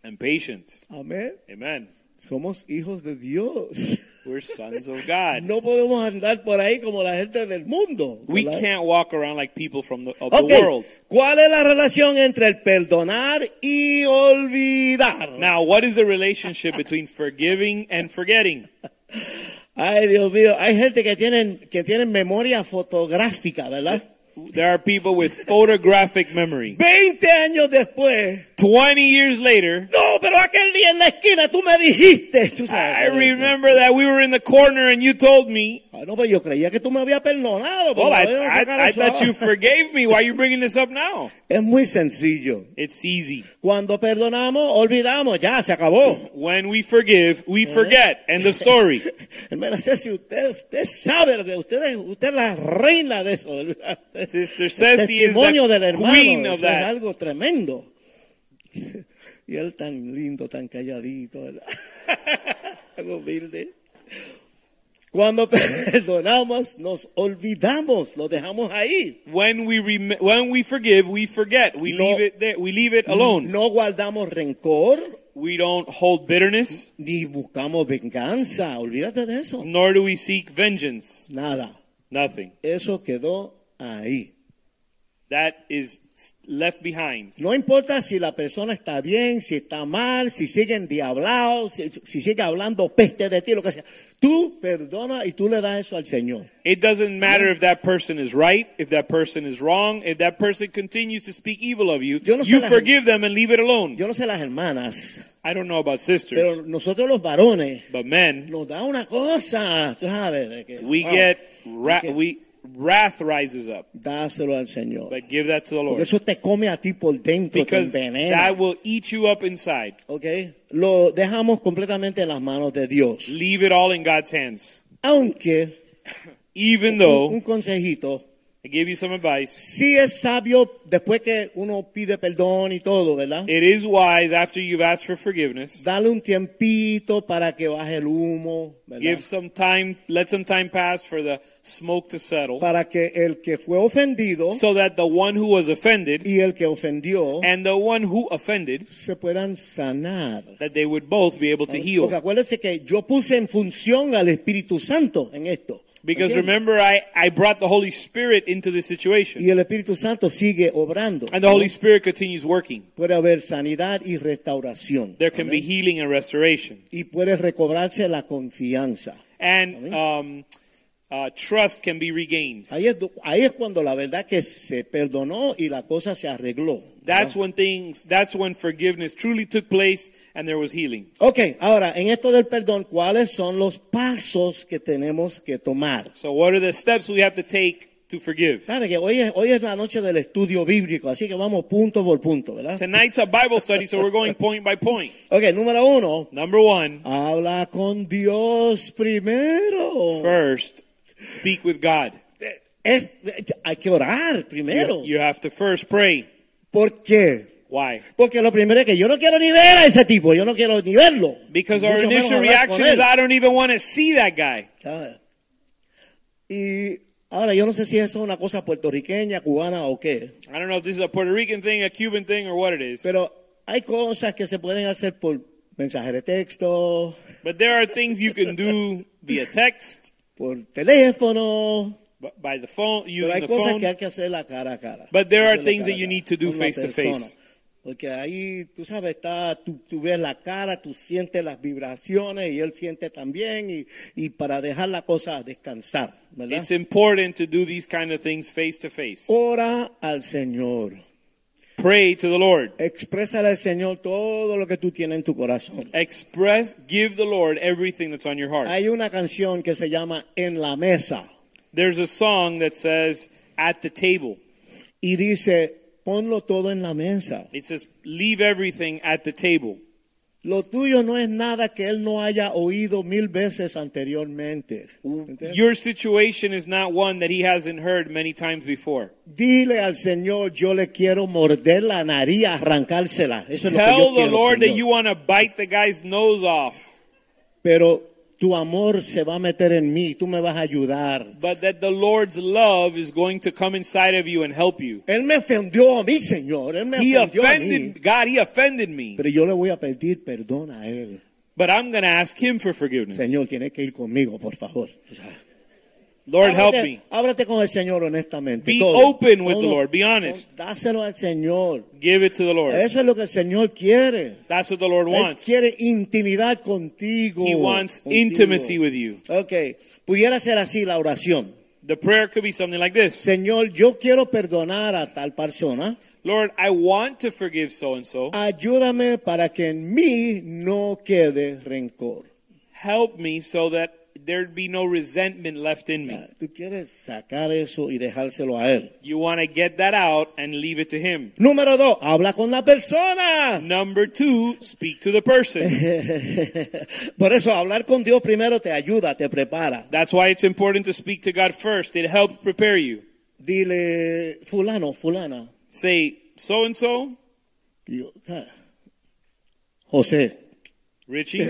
and patient. Amén. Amen. Somos hijos de Dios. We're sons of God. No podemos andar por ahí como la gente del mundo. we ¿verdad? can't walk around like people from the, of Ok, the world. ¿Cuál es la relación entre el perdonar y olvidar? Now, what is the relationship between forgiving and forgetting? Ay, Dios mío, hay gente que tienen que tienen memoria fotográfica, ¿verdad? There are people with photographic memory. 20 años después, 20 years later, no, pero aquel día en la esquina tú me dijiste, tú sabes. I remember that we were in the corner and you told me, Ah, no, pero yo creía que tú me habías perdonado. pero well, Oh, I, me voy a I, sacar I eso thought you ahora. forgave me. Why are you bringing this up now? Es muy sencillo. It's easy. Cuando perdonamos, olvidamos, ya se acabó. When we forgive, we Uh-huh. forget. End of story. Hermana Ceci, usted, usted sabe lo que usted es, usted es la reina de eso. ¿verdad? Sister El Ceci is testimonio del the hermano, queen eso of es that. algo tremendo. Y él tan lindo, tan calladito, ¿verdad? Tan humilde. Cuando perdonamos, nos olvidamos, lo dejamos ahí. When we rem- when we forgive, we forget. We No. leave it there. We leave it alone. No guardamos rencor, We don't hold bitterness, ni buscamos venganza. Olvídate de eso. nor do we seek vengeance. Nada. Nothing. Eso quedó ahí. That is s- left behind. No importa si la persona está bien, si está mal, si sigue endiablado, si, si sigue hablando peste de ti, lo que sea. Tú perdona y tú le das eso al Señor. It doesn't matter if that person is right, if that person is wrong, if that person continues to speak evil of you. Yo no sé you la- forgive them and leave it alone. Yo no sé las hermanas, I don't know about sisters, pero nosotros los varones but men, nos da una cosa, tú sabes. de que, we wow, get ra- de que we wrath rises up. dáselo al Señor. But give that to the Porque Lord. eso te come a ti por dentro, te Because envenena. that will eat you up inside. ¿Ok? Lo dejamos completamente en las manos de Dios. Leave it all in God's hands. Aunque, Even un, un though, consejito, I give you some advice, sí es sabio después que uno pide perdón y todo, ¿verdad? it is wise after you've asked for forgiveness, Dale un tiempito para que baje el humo, ¿verdad? give some time, let some time pass for the smoke to settle, para que el que fue ofendido so that the one who was offended y el que ofendió and the one who offended, se puedan sanar. that they would both be able to Porque heal. acuérdense que yo puse en función al Espíritu Santo en esto. Because ¿Entiendes? remember, I, I brought the Holy Spirit into this y situation, el Espíritu Santo sigue obrando. and the Holy Spirit continues working. Puede haber sanidad y restauración. There can be healing and restoration. Y puede recobrarse la confianza. and um, uh, trust can be regained. Ahí es, do- ahí es cuando la verdad que se perdonó y la cosa se arregló. That's when things. That's when forgiveness truly took place, and there was healing. Ok, ahora en esto del perdón, ¿cuáles son los pasos que tenemos que tomar? So, what are the steps we have to take to forgive? Sabe que hoy es, hoy es la noche del estudio bíblico, así que vamos punto por punto, ¿verdad? Tonight's a Bible study, so we're going point by point. Ok, número uno, Number one, habla con Dios primero. first, speak with God. Es- hay que orar primero. You, you have to first pray. ¿Por qué? Why? Porque lo primero es que yo no quiero ni ver a ese tipo, yo no quiero ni verlo. Because our Mucho menos initial hablar con reaction is, él. I don't even want to see that guy. Ya. Y ahora yo no sé si eso es una cosa puertorriqueña, cubana o qué, I don't know if this is a Puerto Rican thing, a Cuban thing, or what it is. pero hay cosas que se pueden hacer por mensaje de texto, But there are things you can do via text, por teléfono, b- by the phone, pero using hay the cosas phone. que hay que hacer la cara a cara. But there are Hacerlo things cara that a you cara, need to do con la face to face. persona. Porque ahí, tú sabes, está, tú, tú ves la cara, tú sientes las vibraciones y él siente también y, y para dejar la cosa descansar, ¿verdad? Oh. It's important to do these kind of things face to face. Ora al Señor. Pray to the Lord. Exprésale al Señor todo lo que tú tienes en tu corazón. Express, give the Lord everything that's on your heart. Hay una canción que se llama En la mesa There's a song that says, at the table. y dice, ponlo todo en la mesa. It says, leave everything at the table. Lo tuyo no es nada que él no haya oído mil veces anteriormente. Mm. ¿Entiendes? Your situation is not one that he hasn't heard many times before. Dile al Señor, yo le quiero morder la nariz, arrancársela. Eso es lo que yo Tell the quiero, Lord that Señor. you want to bite the guy's nose off, Pero tu amor se va a meter en mí, tú me vas a ayudar. but that the Lord's love is going to come inside of you and help you. Él me ofendió a mí, Señor. Él me He ofendió a mí. offended, God, he offended me, Pero yo le voy a pedir perdón a él. but I'm going to ask him for forgiveness. Señor, tiene que ir conmigo, por favor. O sea, Lord, help ábrate- me. ábrate con el Señor honestamente. Be todo. open with Todo. the Lord. Be honest. Dáselo al Señor. Give it to the Lord. Eso es lo que el Señor quiere. That's what the Lord Él wants. quiere intimidad contigo. He wants Contigo. intimacy with you. Ok, pudiera ser así la oración. The prayer could be something like this Señor, yo quiero perdonar a tal persona. Lord, I want to forgive so and so. Ayúdame para que en mí no quede rencor. Help me so that there'd be no resentment left in me. Ah, Tú quieres sacar eso y dejárselo a él. You want to get that out and leave it to Him. Número dos, habla con la persona. Number two, speak to the person. Por eso hablar con Dios primero te ayuda, te prepara. That's why it's important to speak to God first. It helps prepare you. Dile, fulano, fulana. Say, so and so, Y yo, ah, José. Richie,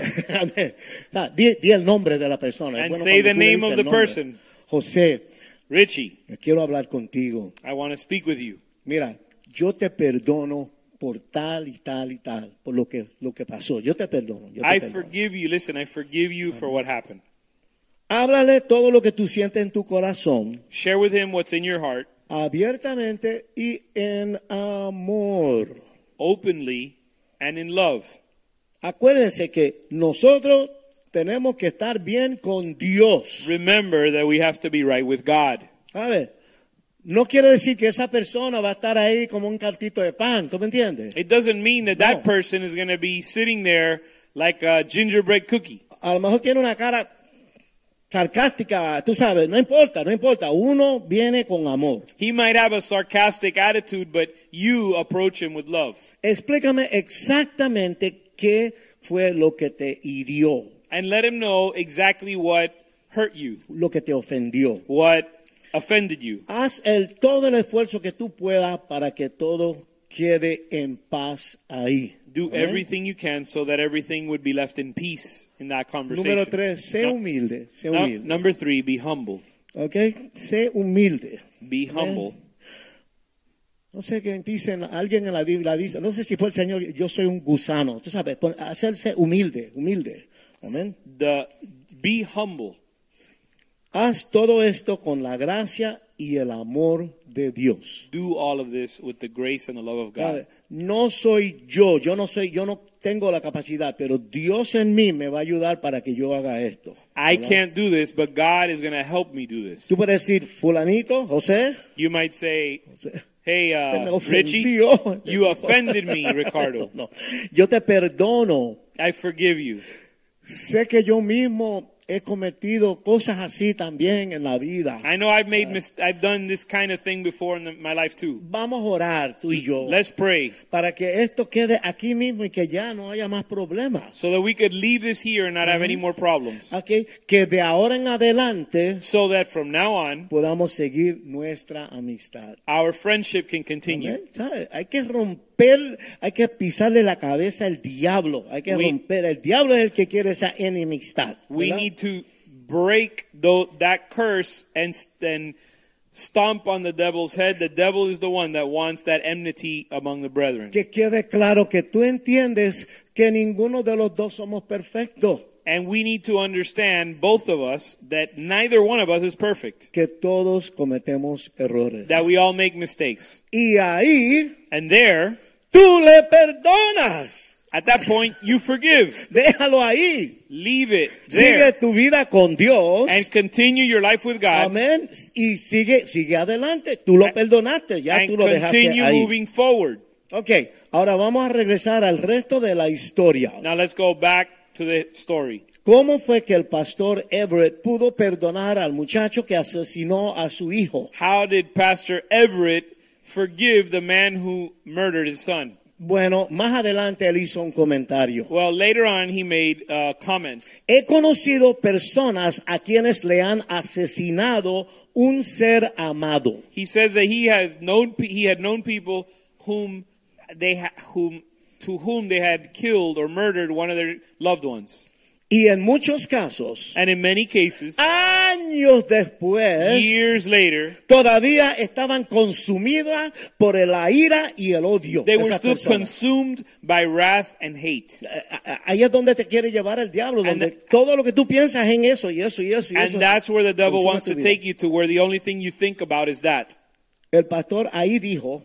Ah, di, di el nombre de la persona. Es And bueno say cuando the tú le name dices of el the nombre. person. José, Richie, yo quiero hablar contigo. I want to speak with you. Mira, yo te perdono por tal y tal y tal, por lo que, lo que pasó. Yo te perdono. Yo te I perdono. forgive you. Listen, I forgive you for what happened. Háblale todo lo que tú sientes en tu corazón, Share with him what's in your heart abiertamente y en amor. openly and in love. Acuérdense que nosotros tenemos que estar bien con Dios. Remember that we have to be right with God. ¿Sabes? No quiere decir que esa persona va a estar ahí como un cartito de pan, ¿tú me entiendes? It doesn't mean that No. that person is going to be sitting there like a gingerbread cookie. A lo mejor tiene una cara sarcástica, tú sabes, no importa, no importa. Uno viene con amor. He might have a sarcastic attitude, but you approach him with love. Explícame exactamente qué fue lo que te hirió, And let him know exactly what hurt you, lo que te ofendió. what offended you. Haz el, todo el esfuerzo que tú puedas para que todo quede en paz ahí. Do Amén. everything you can so that everything would be left in peace in that conversation. Número tres, sé No- humilde, sé no- humilde. number three, be humble. ¿Ok? Sé humilde. Be humble. No sé qué dicen, alguien en la Biblia dice, no sé si fue el Señor, yo soy un gusano. Tú sabes, pon- hacerse humilde, humilde. Amén. The be humble. Haz todo esto con la gracia y el amor de Dios. Do all of this with the grace and the love of God. ¿Sabe? No soy yo, yo no soy, yo no tengo la capacidad, pero Dios en mí me va a ayudar para que yo haga esto. I can't do this, but God is going to help me do this. Tú puedes decir, fulanito, José, You might say, "Hey, te me uh, Richie, ofendió. you offended me, Ricardo. No, yo te perdono. I forgive you. Sé que yo mismo he cometido cosas así también en la vida. I know I've Ah. made mis- I've done this kind of thing before in the- my life too. Vamos a orar tú y yo Let's pray para que esto quede aquí mismo y que ya no haya más problemas. so that we could leave this here and not have any more problems. ¿ok? Que de ahora en adelante So that from now on, podamos seguir nuestra amistad. our friendship can continue. Amén. ¿Sabe? Hay que romper, hay que pisarle la cabeza al diablo. Hay que We- romper. El diablo es el que quiere esa enemistad. We ¿verdad? need to break tho- that curse and s- and stomp on the devil's head. The devil is the one that wants that enmity among the brethren. que quede claro que tú entiendes que ninguno de los dos somos perfectos. And we need to understand, both of us, that neither one of us is perfect, Que todos cometemos errores. that we all make mistakes. Y ahí And there, Tú le perdonas. at that point, you forgive. Déjalo ahí. Leave it Sigue there tu vida con Dios. and continue your life with God Amén. Y sigue, sigue adelante. Tú lo perdonaste. Ya and tú lo dejaste continue ahí. moving forward. Ok. Ahora vamos a regresar al resto de la historia. Now let's go back to the story. ¿Cómo fue que el pastor Everett pudo perdonar al muchacho que asesinó a su hijo? How did Pastor Everett forgive the man who murdered his son? Bueno, más adelante él hizo un comentario. Well, later on, he made a comment. He conocido personas a quienes le han asesinado un ser amado. He says that he has known pe- he had known people whom they ha- whom to whom they had killed or murdered one of their loved ones, Y en muchos casos, and in many cases, Ah, años después, years later, todavía estaban consumidas por la ira y el odio. they de were esas still personas. consumed by wrath and hate. A- a- Ahí es donde te quiere llevar el diablo, And donde the- todo lo que tú piensas en eso y eso y eso y eso. And that's where the devil consuma wants tu to vida. take you to, where the only thing you think about is that. El pastor ahí dijo,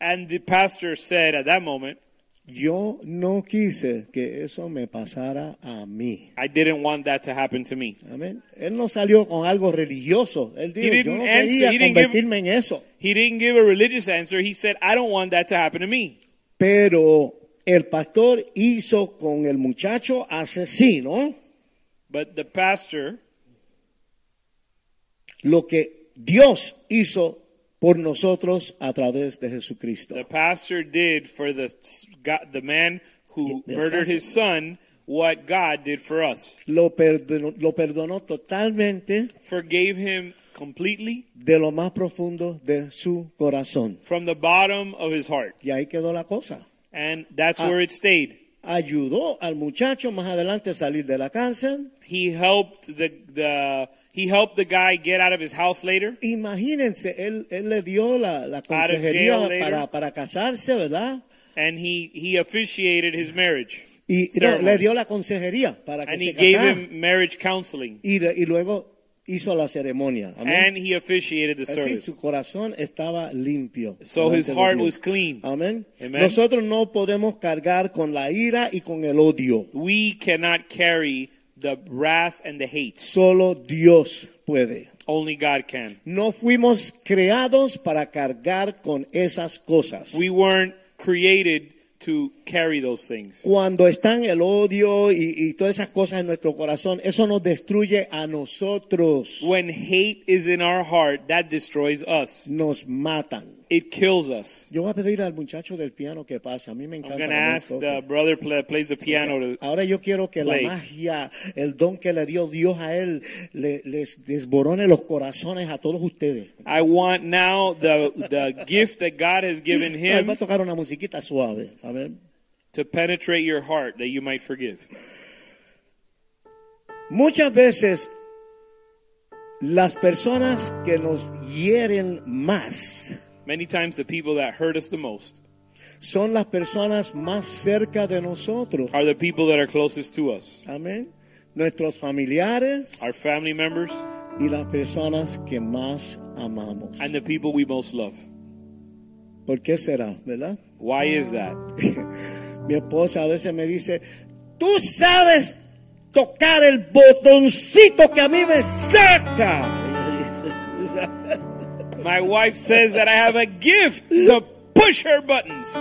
And the pastor said at that moment, yo no quise que eso me pasara a mí. "I didn't want that to happen to me." Amén. Él no salió con algo religioso. Él dijo, yo didn't no answer, quería he didn't give- convertirme en eso. He didn't give a religious answer. He said, "I don't want that to happen to me." Pero el pastor hizo con el muchacho asesino But the pastor lo que Dios hizo por nosotros a través de Jesucristo. The pastor did for the God, the man who The murdered his son what God did for us. Lo perdonó, lo perdonó totalmente Forgave him completely de lo más profundo de su corazón. from the bottom of his heart. Y ahí quedó la cosa. And that's Ah. where it stayed. Ayudó al muchacho más adelante a salir de la cárcel. He helped the the he helped the guy get out of his house later. Imagínense, él, él le dio la, la jail consejería later. para, para casarse, ¿verdad? And he, he officiated his marriage. Y no, ceremony. le dio la consejería para que and se he gave casara. him marriage counseling. Y, de- y luego hizo la ceremonia. Amén. And he officiated the Así service. su corazón estaba limpio. So his Delante de heart Dios. was clean. Amén. Amen. Nosotros no podemos cargar con la ira y con el odio. We cannot carry the wrath and the hate. Solo Dios puede. Only God can. No fuimos creados para cargar con esas cosas. We weren't created to carry those things. Cuando están el odio y, y todas esas cosas en nuestro corazón, eso nos destruye a nosotros. When hate is in our heart, that destroys us. Nos matan. It kills us. Yo voy a pedir al muchacho del piano que pase. A mí me encanta. I'm going to cuando él ask toca. the brother pla plays the piano to Ahora yo quiero que Play. la magia, el don que le dio Dios a él, le- les desborone los corazones a todos ustedes. I want now the the gift that God has given Él va him a tocar una musiquita suave. A ver. to penetrate your heart that you might forgive. Muchas veces las personas que nos hieren más Many times the people that hurt us the most son las personas más cerca de nosotros. are the people that are closest to us. Amén. Nuestros familiares Our family members y las personas que más amamos. and the people we most love. ¿Por qué será, verdad? Why is that? Mi esposa a veces me dice, tú sabes tocar el botoncito que a mí me saca. My wife says that I have a gift to push her buttons.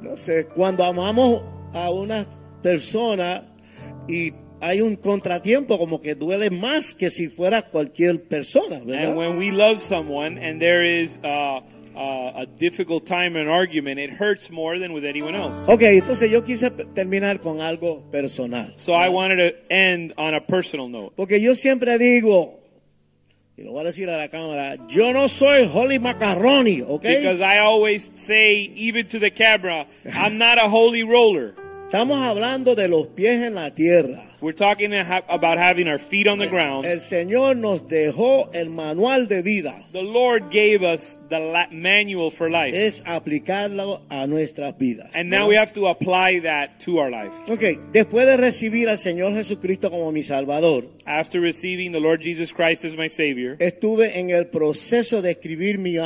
No sé, cuando amamos a una persona y hay un contratiempo, como que duele más que si fuera cualquier persona, And ¿verdad? when we love someone and there is uh, uh, a difficult time in an argument, it hurts more than with anyone else. Ok, entonces yo quise pe- terminar con algo personal. So I wanted to end on a personal note. Porque yo siempre digo, y lo voy a decir a la cámara, yo no soy Holly Macaroni, ¿ok? Because I always say, even to the camera, I'm not a holy roller. Estamos hablando de los pies en la tierra. We're talking to ha- about having our feet on the ground. El Señor nos dejó el manual de vida. The Lord gave us the la- manual for life. Es aplicarlo a nuestras vidas. And now we have to apply that to our life. Ok, después de recibir al Señor Jesucristo como mi Salvador, After receiving the Lord Jesus Christ as my Savior, estuve en el proceso de escribir mi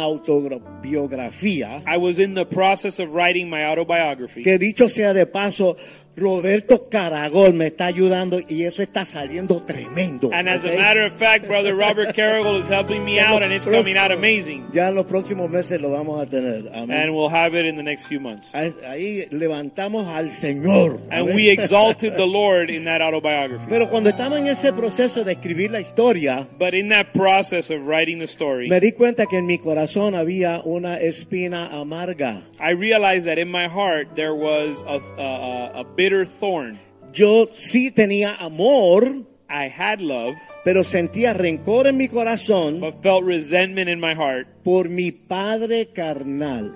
autobiografía. I was in the process of writing my autobiography. Que dicho sea de paso, Roberto Caragol me está ayudando y eso está saliendo tremendo. And as a ok. matter of fact, brother Robert Carrigal is helping me out, and it's coming out amazing. Ya en los próximos meses lo vamos a tener. Amén. And we'll have it in the next few months. Ahí- Ahí levantamos al Señor. And Amén. we exalted the Lord in that autobiography. Pero cuando estaba en ese proceso de escribir la historia, But in that process of writing the story, me di cuenta que en mi corazón había una espina amarga. I realized that in my heart there was a, a, a- a bitter thorn. Yo sí tenía amor, I had love, pero sentía rencor en mi corazón but felt resentment in my heart por mi padre carnal.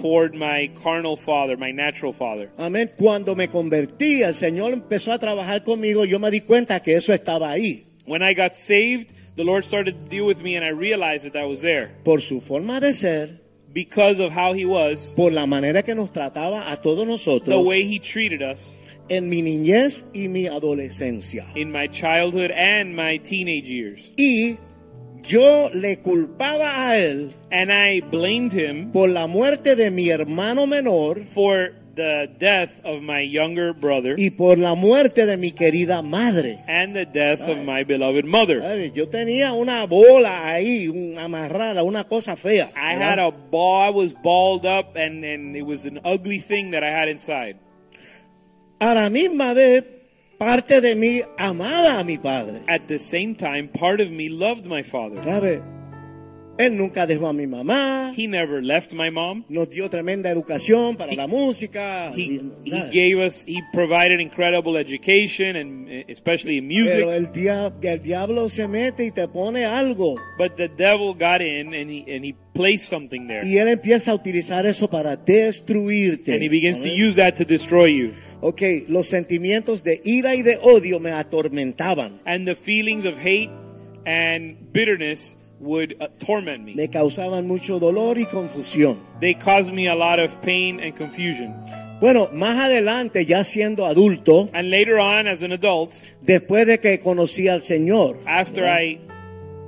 toward my carnal father, my natural father. Amén. Cuando me convertí, el Señor empezó a trabajar conmigo. Yo me di cuenta que eso estaba ahí. When I got saved, the Lord started to deal with me, and I realized that that was there Por su forma de ser, because of how He was, por la manera que nos trataba a todos the nosotros way He treated us en mi niñez y mi adolescencia. in my childhood and my teenage years. Y yo le culpaba a él And I blamed Him por la muerte de mi hermano menor for the death of my younger brother y por la muerte de mi querida madre. and the death of my beloved mother. Ay, Yo tenía una bola ahí, un- amarrada, una cosa fea. I ¿verdad? had a ball. I was balled up, and and it was an ugly thing that I had inside. A la misma vez, parte de mí amaba a mi padre. At the same time, part of me loved my father. ¿Sabe? Él nunca dejó a mi mamá. He never left my mom. Nos dio tremenda educación para la música. He y- he ¿sabe? gave us. He provided incredible education, and eh, especially in Pero music. el, dia- el diablo se mete y te pone algo. But the devil got in, and he and he placed something there, Y él empieza a utilizar eso para destruirte. and he begins to Amén. use that to destroy you. Ok, los sentimientos de ira y de odio me atormentaban. And the feelings of hate and bitterness would uh, torment me. Me causaban mucho dolor y confusión. They caused me a lot of pain and confusion. Bueno, más adelante, ya siendo adulto, And later on, as an adult. después de que conocí al Señor, after I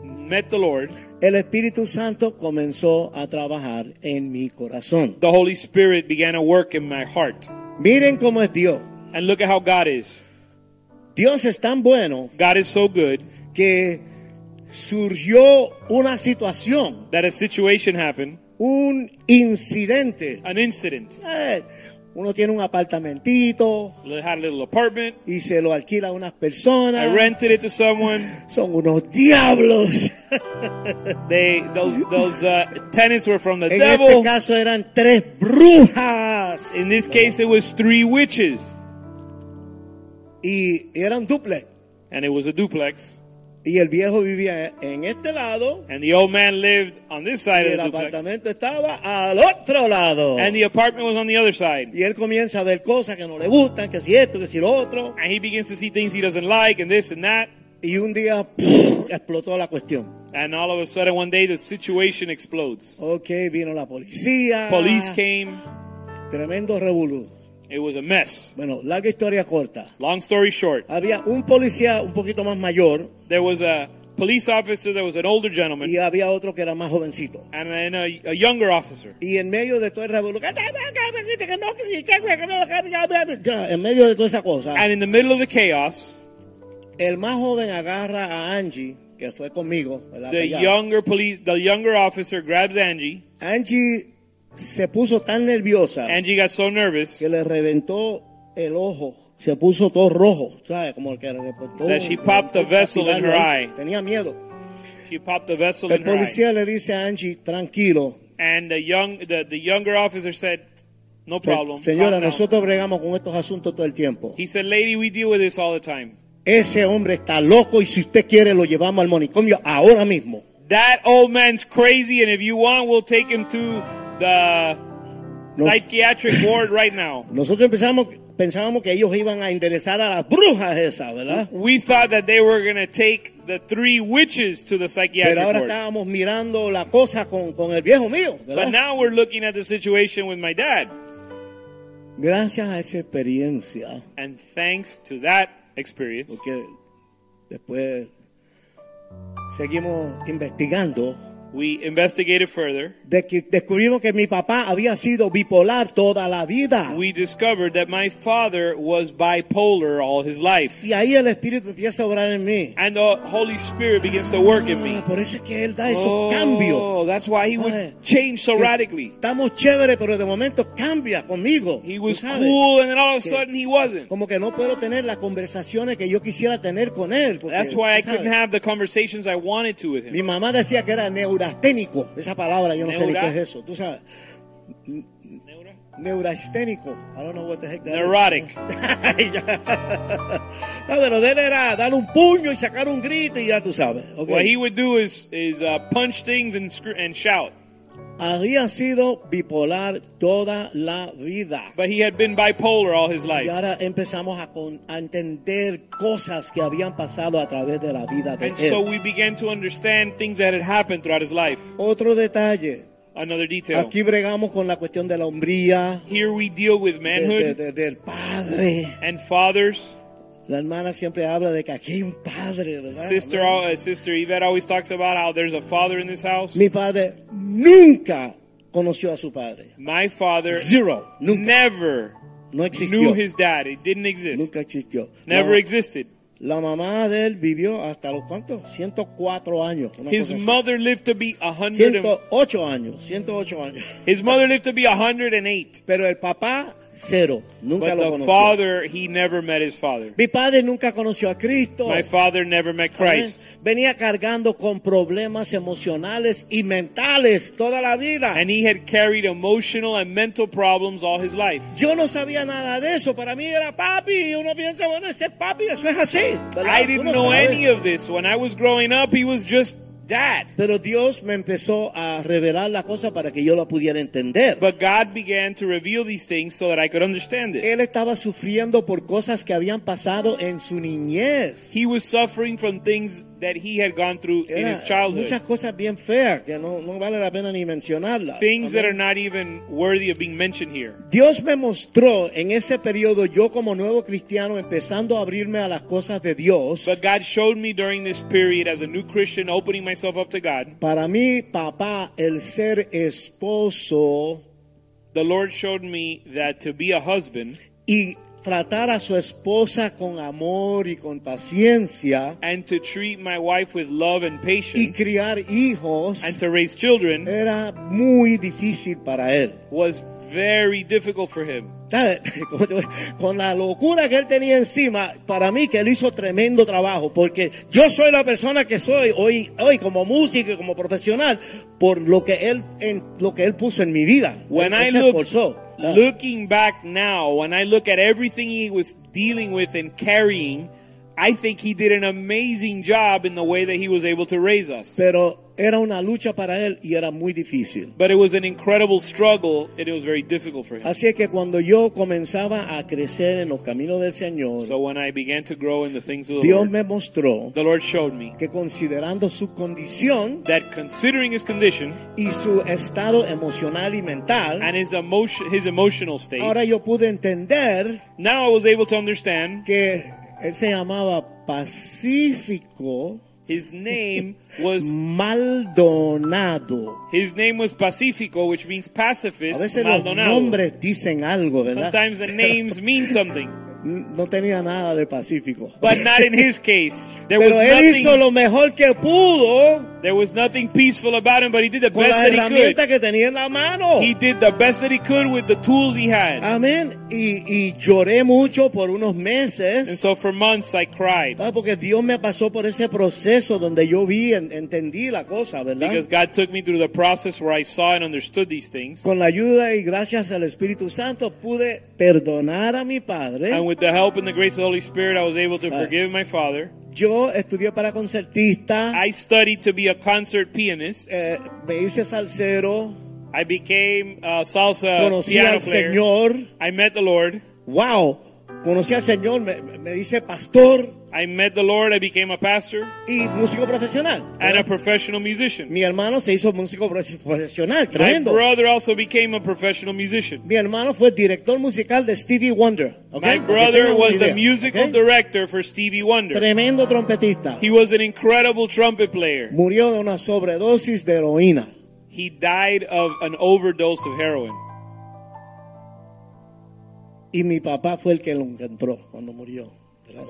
met the Lord, el Espíritu Santo comenzó a trabajar en mi corazón. the Holy Spirit began to work in my heart. Miren cómo es Dios. And look at how God is. Dios es tan bueno God is so good que surgió una situación that a situation happened un incidente. an incident. Eh, Uno tiene un apartamentito I had a little apartment. y se lo alquila a unas I personas. rented it to someone. Son unos diablos. They those those uh, tenants were from the En este devil. caso eran tres brujas. In this case, it was three witches, Y eran duplex. and it was a duplex. Y el viejo vivía en este lado. And the old man lived on this side Y of el the duplex, apartamento estaba al otro lado. and the apartment was on the other side. Y él comienza a ver cosas que no le gustan, que si esto, que si lo otro. And he begins to see things he doesn't like, and this and that. Y un día ¡puf! explotó la cuestión. And all of a sudden, one day, the situation explodes. Ok, vino la policía. Police came. Tremendo revolú. It was a mess. Bueno, larga historia corta. Long story short, Había un policía un poquito más mayor there was a police officer. There was an older y gentleman, había otro que era más jovencito. and then a, a younger officer. Y en medio de todo el revolú, ya, en medio de toda esa cosa, And in the middle of the chaos, el más joven agarra a Angie, que fue conmigo. ¿verdad? the Para allá. younger police, the younger officer grabs Angie. Angie se puso tan nerviosa Angie got so nervous que le reventó el ojo. Se puso todo rojo, ¿sabes? Como el que le reportó. That she popped a vessel in her eye. Tenía miedo. she popped the vessel El in her eye. policía le dice a Angie, tranquilo. And the young, the, the younger officer said, "No problem." Señora, calm down." nosotros bregamos con estos asuntos todo el tiempo. He said, "Lady, we deal with this all the time. Ese hombre está loco y si usted quiere lo llevamos al manicomio ahora mismo. That old man's crazy, and if you want, we'll take him to the Nos- psychiatric ward right now." Nosotros empezamos, pensábamos que ellos iban a enderezar a las brujas esas, ¿verdad? We thought that they were gonna take the three witches to the Pero psychiatric ahora ward. estábamos mirando la cosa con, con el viejo mío, But ¿verdad? now we're looking at the situation with my dad, Gracias a esa experiencia. and thanks to that experience. porque después seguimos investigando. We investigated further. De que descubrimos que mi papá había sido bipolar toda la vida. We discovered that my father was bipolar all his life. Y ahí el Espíritu empieza a obrar en mí. And the Holy Spirit begins to work in me. Ah, por eso es que él da esos cambios. Oh, that's why he Ay. would change so Que radically. Estamos chéveres, pero de momento cambia conmigo. He Tú was sabes, Oh, cool, and then all of que- a sudden he wasn't. Como que no puedo tener las conversaciones que yo quisiera tener con él. porque, That's why I tú sabes, couldn't have the conversations I wanted to with Mi him. mamá decía que era neurasténico. Esa palabra yo no sé ni Neura- qué es eso. Tú sabes. Neurasténico. I don't know what the heck that is. Neurotic. Ay, ya. No, pero de él era dar un puño y sacar un grito y ya tú sabes. ok. What he would do is is uh, punch things and scr- and shout. Había sido bipolar toda la vida. But he had been bipolar all his Y life. ahora empezamos a, con- a entender cosas que habían pasado a través de la vida de And él. so we began to understand things that had happened throughout his life. Otro detalle. Another detail. Aquí bregamos con la cuestión de la hombría, Here we deal with de- de- manhood de- del padre. and fathers. La hermana siempre habla de que aquí hay un padre, ¿verdad? Sister, Amén. uh, sister Yvette always talks about how there's a father in this house. Mi padre nunca conoció a su padre. My father Zero. Nunca. never No existió. knew his dad. It didn't exist. Nunca existió. Never la, existed. la mamá de él vivió hasta los cuantos? 104 años. una His cosa así. mother lived to be a hundred. and- 108 años. 108 años. His mother lived to be a hundred and eight. Pero el papá, cero. Nunca But lo the conoció. father, he never met his father. Mi padre nunca conoció a Cristo. My father never met Christ. Amén. Venía cargando con problemas emocionales y mentales toda la vida. And he had carried emotional and mental problems all his life. Yo no sabía nada de eso. Para mí era papi. Y uno piensa, bueno, ese es papi, eso es así. ¿verdad? I Tú didn't no know sabes. any of this. When I was growing up, he was just dad. Pero Dios me empezó a revelar la cosa para que yo la pudiera entender. But God began to reveal these things so that I could understand it. él estaba sufriendo por cosas que habían pasado en su niñez. He was suffering from things that he had gone through in Era his childhood. muchas cosas bien feas que no, no vale la pena ni mencionarlas. Things that Amén. are not even worthy of being mentioned here. Dios me mostró en ese periodo, yo como nuevo cristiano, empezando a abrirme a las cosas de Dios. But God showed me during this period as a new Christian opening myself up to God. para mí, papá, el ser esposo The Lord showed me that to be a husband y tratar a su esposa con amor y con paciencia and to treat my wife with love and y patience criar hijos and to raise children era muy difícil para él. was very difficult for him. ¿Sabe? Como te voy- Con la locura que él tenía encima, para mí que él hizo tremendo trabajo, porque yo soy la persona que soy hoy, hoy como músico y como profesional, por lo que él, en, lo que él puso en mi vida. When Él I se look, esforzó. looking back now, when I look at everything he was dealing with and carrying, I think he did an amazing job in the way that he was able to raise us. Pero era una lucha para él y era muy difícil. But it was an incredible struggle, and it was very difficult for him. Así es que cuando yo comenzaba a crecer en los caminos del Señor, So when I began to grow in the things of the Dios Lord, me mostró the Lord showed me que considerando su condición that considering his condition y su estado emocional y mental, and his emotion, his emotional state, ahora yo pude entender now I was able to understand que él se llamaba Pacífico his name was Maldonado. his name was Pacifico, which means A pacifist. veces los Maldonado. nombres dicen algo, ¿verdad? Sometimes the names mean something, No tenía nada de Pacífico. but not in his case. There was Pero él hizo nothing. lo mejor que pudo There was nothing peaceful about him, but he did the con best las that he could. herramientas que Ah. tenía en la mano. He did the best that he could with the tools he had. Amén. Y, y lloré mucho por unos And meses. so for months I cried Ah, Porque Dios me pasó por ese proceso donde yo vi, en- entendí la cosa, ¿verdad? because God took me through the process where I saw and understood these things. Con la ayuda y gracias al Espíritu Santo pude perdonar a mi padre. And with the help and the grace of the Holy Spirit, I was able to Right. forgive my father. Yo estudié para concertista, I studied to be a concert pianist. Ah. eh, me hice salsero, I became a salsa conocí Uh, piano al player. Señor. I met the Lord. Wow, conocí al Señor, me, me hice pastor I met the Lord. I became a pastor y músico profesional. and a professional musician. Ah. Mi hermano se hizo músico profe- profesional, My tremendo. brother also became a professional musician. Mi hermano fue director musical de Stevie Wonder. ¿ok? My Para que tengan brother una was the idea, musical ¿ok? director for Stevie Wonder. Tremendo trompetista. He was an incredible trumpet player. Murió de una sobredosis de heroína. He died of an overdose of heroin. Y mi papá fue el que lo encontró cuando murió. ¿verdad?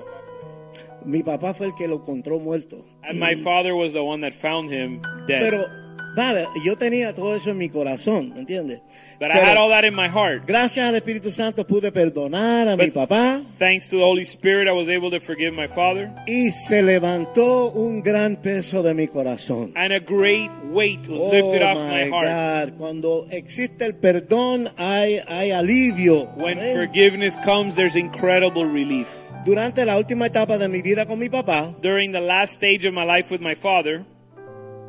Mi papá fue el que lo encontró muerto. And my father was the one that found him Mm. Pero, dead. vale, yo tenía todo eso en mi corazón, ¿me entiendes? But I Pero had all that in my heart. gracias al Espíritu Santo pude perdonar a mi But- papá Thanks to the Holy Spirit, I was able to forgive my father. y se levantó un gran peso de mi corazón. And a great weight was lifted Oh off my my heart. God. Cuando existe el perdón, hay, hay alivio. When Amén. forgiveness comes, there's incredible relief. Durante la última etapa de mi vida con mi papá, During the last stage of my life with my father,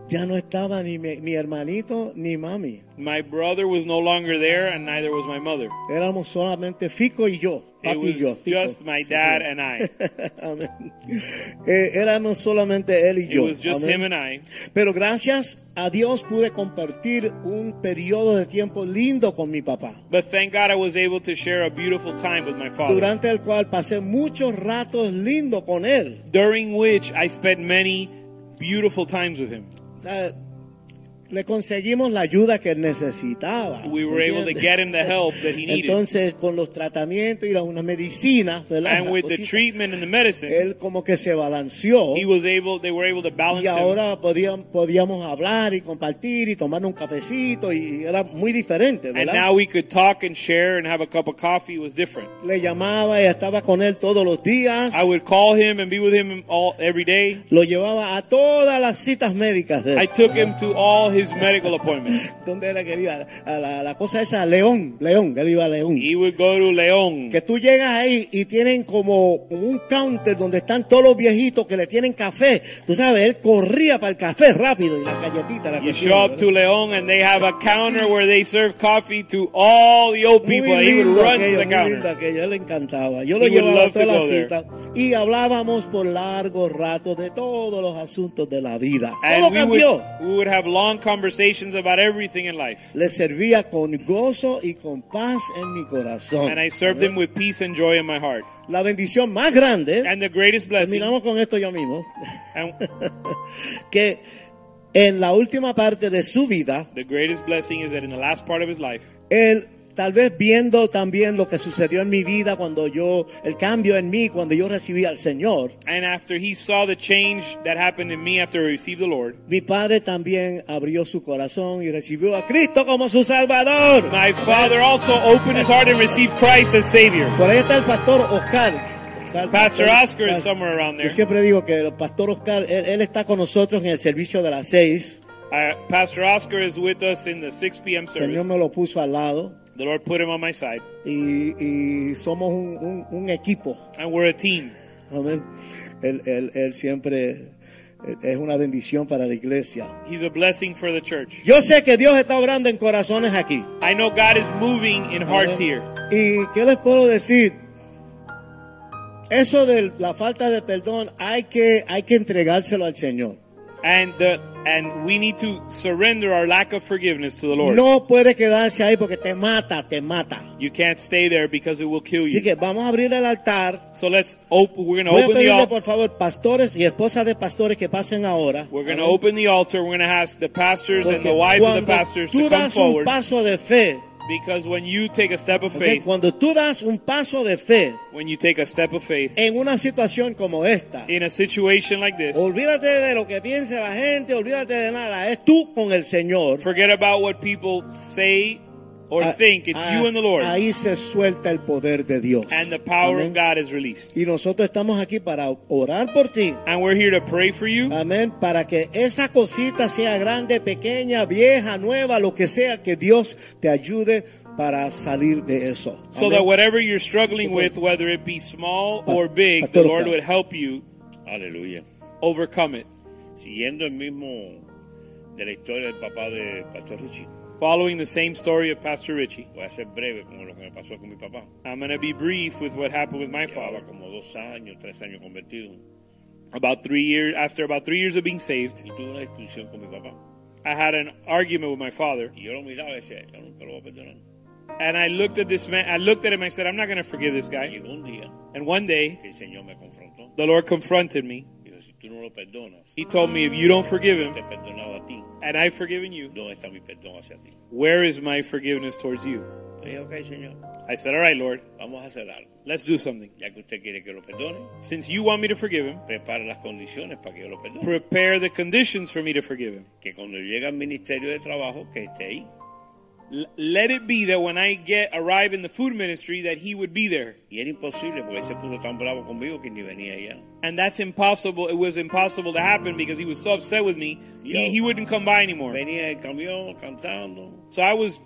ya no estaba ni mi, mi hermanito ni mami. my brother was no longer there, and neither was my mother. Éramos solamente Fico y yo, It papi y was yo. Fico. just my dad and I. Amén. Eh, éramos solamente él y It yo. was just Amén. him and I. Pero gracias a Dios pude compartir un periodo de tiempo lindo con mi papá. But thank God I was able to share a beautiful time with my father, Durante el cual pasé muchos ratos lindos con él. during which I spent many beautiful times with him. O sea, le conseguimos la ayuda que él necesitaba. We were able to ¿entiendes? get him the help that he needed. Entonces, con los tratamientos y las unas medicinas, ¿verdad? And Las with the cositas, treatment and the medicine, él como que se balanceó. he was able they were able to Y balance him. ahora podían, podíamos hablar y compartir y tomar un cafecito y, y era muy diferente, And ¿verdad? now we could talk and share and have a cup of coffee It was different. Le llamaba y estaba con él todos los días. I would call him and be with him all every day. Lo llevaba a todas las citas médicas de él, I took him to all his medical appointments. donde era querida. A la, a la cosa esa, León, León, él iba a León. He would go to Leon. Que tú llegas ahí y tienen como como un counter donde están todos los viejitos que le tienen café. Tú sabes, él corría para el café rápido y las galletitas. La You show up to Leon and they have a counter where they serve coffee to all the old people. Muy and he would lindo run to aquello, the muy lindo counter. aquello, a él le encantaba. Yo lo He would llevaba a love to todas las go there. citas y hablábamos por largos ratos de todos los asuntos de la vida. Todo And we cambió. would, we would have long conversations about everything in life. Le servía con gozo y con paz en mi corazón. And I served him with peace and joy in my heart. La bendición más grande, And the greatest blessing, terminamos con esto yo mismo, and que en la última parte de su vida, the greatest blessing is that in the last part of his life, él Tal vez viendo también lo que sucedió en mi vida cuando yo, el cambio en mí cuando yo recibí al Señor, And after he saw the change that happened in me after I received the Lord, mi padre también abrió su corazón y recibió a Cristo como su Salvador. my father also opened his heart and received Christ as Savior. Por ahí está el pastor Oscar. Está el Pastor Oscar Oscar. is somewhere around there. Yo siempre digo que el pastor Oscar, él, él está con nosotros en el servicio de las seis. Uh, Pastor Oscar is with us in the 6 p.m. El Señor service. me lo puso al lado The Lord put him on my side, y, y somos un, un- un equipo. and we're a team. Amén. Él, él- él siempre es una bendición para la iglesia. He's a blessing for the church. Yo sé que Dios está obrando en corazones aquí. I know God is moving in hearts here. ¿Y qué les puedo decir? Eso de la falta de perdón hay que, hay que entregárselo al Señor. And the and we need to surrender our lack of forgiveness to the Lord. No puede quedarse ahí porque te mata, te mata. You can't stay there because it will kill Así you. que vamos a abrir el altar. So let's open. We're gonna Voy a open the pedirle altar. por favor pastores y esposas de pastores que pasen ahora. We're gonna Amén. open the altar. We're gonna ask the pastors and Porque the wives of the cuando pastors tú to come das un forward. paso de fe, Because when you take a step of ¿ok? faith, cuando tú das un paso de fe when you take a step of faith en una situación como esta, in a situation like this, olvídate de lo que piense la gente, olvídate de nada, es tú con el Señor. forget about what people say or Ah, think. It's you and the Lord, Ahí se suelta el poder de Dios. and the power Amén. of God is released. Y nosotros estamos aquí para orar por ti. And we're here to pray for you, Amén. Para que esa cosita sea grande, pequeña, vieja, nueva, lo que sea, que Dios te ayude para salir de eso. so Amén. that whatever you're struggling with, whether it be small Pa- or big, the Pastor Lord Oscar. would help you Aleluya. overcome it. Siguiendo el mismo de la historia del papá de Pastor Richie, Following the same story of Pastor Richie, voy a ser breve como lo que me pasó con mi papá. I'm going to be brief with what happened with my father. Llevaba como dos años, tres años convertido. About three years, after about three years of being saved, Y tuve una discusión con mi papá. I had an argument with my father, Y yo lo miraba y decía, yo nunca lo voy a perdonar. and I looked at this man. I looked at him. I said, "I'm not going to forgive this guy." Llegó un día And one day, que el Señor me confrontó. the Lord confronted me. Dijo, si tú no lo perdonas, He told me, "If you don't forgive te him, he perdonado a ti. and I've forgiven you, ¿Dónde está mi perdón hacia ti? where is my forgiveness towards you?" Yo dije, ok, Señor, I said, "All right, Lord, vamos a hacer algo. let's do something. Ya que usted quiere que lo perdone, Since you want me to forgive him, prepare las condiciones para que yo lo perdone. prepare the conditions for me to forgive him. Que cuando llegue al Ministerio de Trabajo, que esté ahí. L- let it be that when I get arrive in the food ministry, that he would be there." Y era imposible porque él se puso tan bravo conmigo que ni venía ya. And that's impossible. It was impossible to happen because he was so upset with me. He, Yo. he wouldn't come by anymore. Venía el camión cantando So I was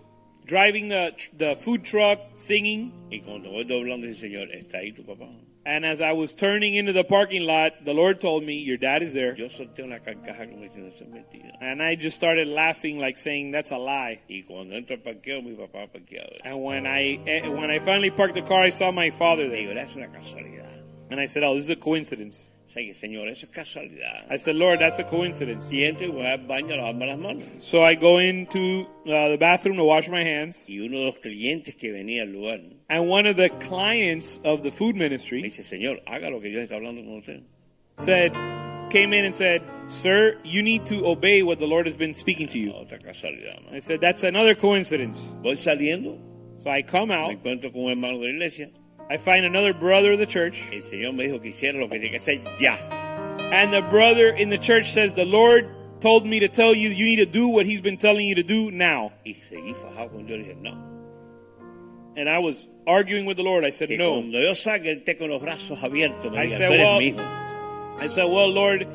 driving the the food truck, singing, y cuando voy doblando dice, Señor, está ahí tu papá. and as I was turning into the parking lot, the Lord told me, "Your dad is there." Yo solté una carcaja como diciendo, eso es mentira. And I just started laughing, like saying, "That's a lie." Y cuando entro al parqueo, mi papá ha parqueado. And when I eh, when I finally parked the car, I saw my father Le there, digo, "Era, es una casualidad. and I said, "Oh, this is a coincidence." O sea, que, Señor, eso es casualidad. I said, "Lord, that's a coincidence." Y entro y voy al baño a lavarme las manos. So I go into uh, the bathroom to wash my hands, Y uno de los clientes que venía al lugar me and one of the clients of the food ministry dice, Señor, haga lo que Dios está hablando con usted. said came in and said, "Sir, you need to obey what the Lord has been speaking to you." Otra casualidad. ¿no? I said, "That's another coincidence." Voy saliendo, So I come me out, encuentro con un hermano de la iglesia. I find another brother of the church, El Señor me dijo que hiciera lo que tenía que hacer ya. and the brother in the church says, "The Lord told me to tell you you need to do what he's been telling you to do now." Y seguí fajado con Dios. Le dije, no. And I was arguing with the Lord. I said, Que "No." cuando yo salga, él esté con los brazos abiertos. Me I diga, said, tú eres well- mi hijo. I said, "Well, Lord,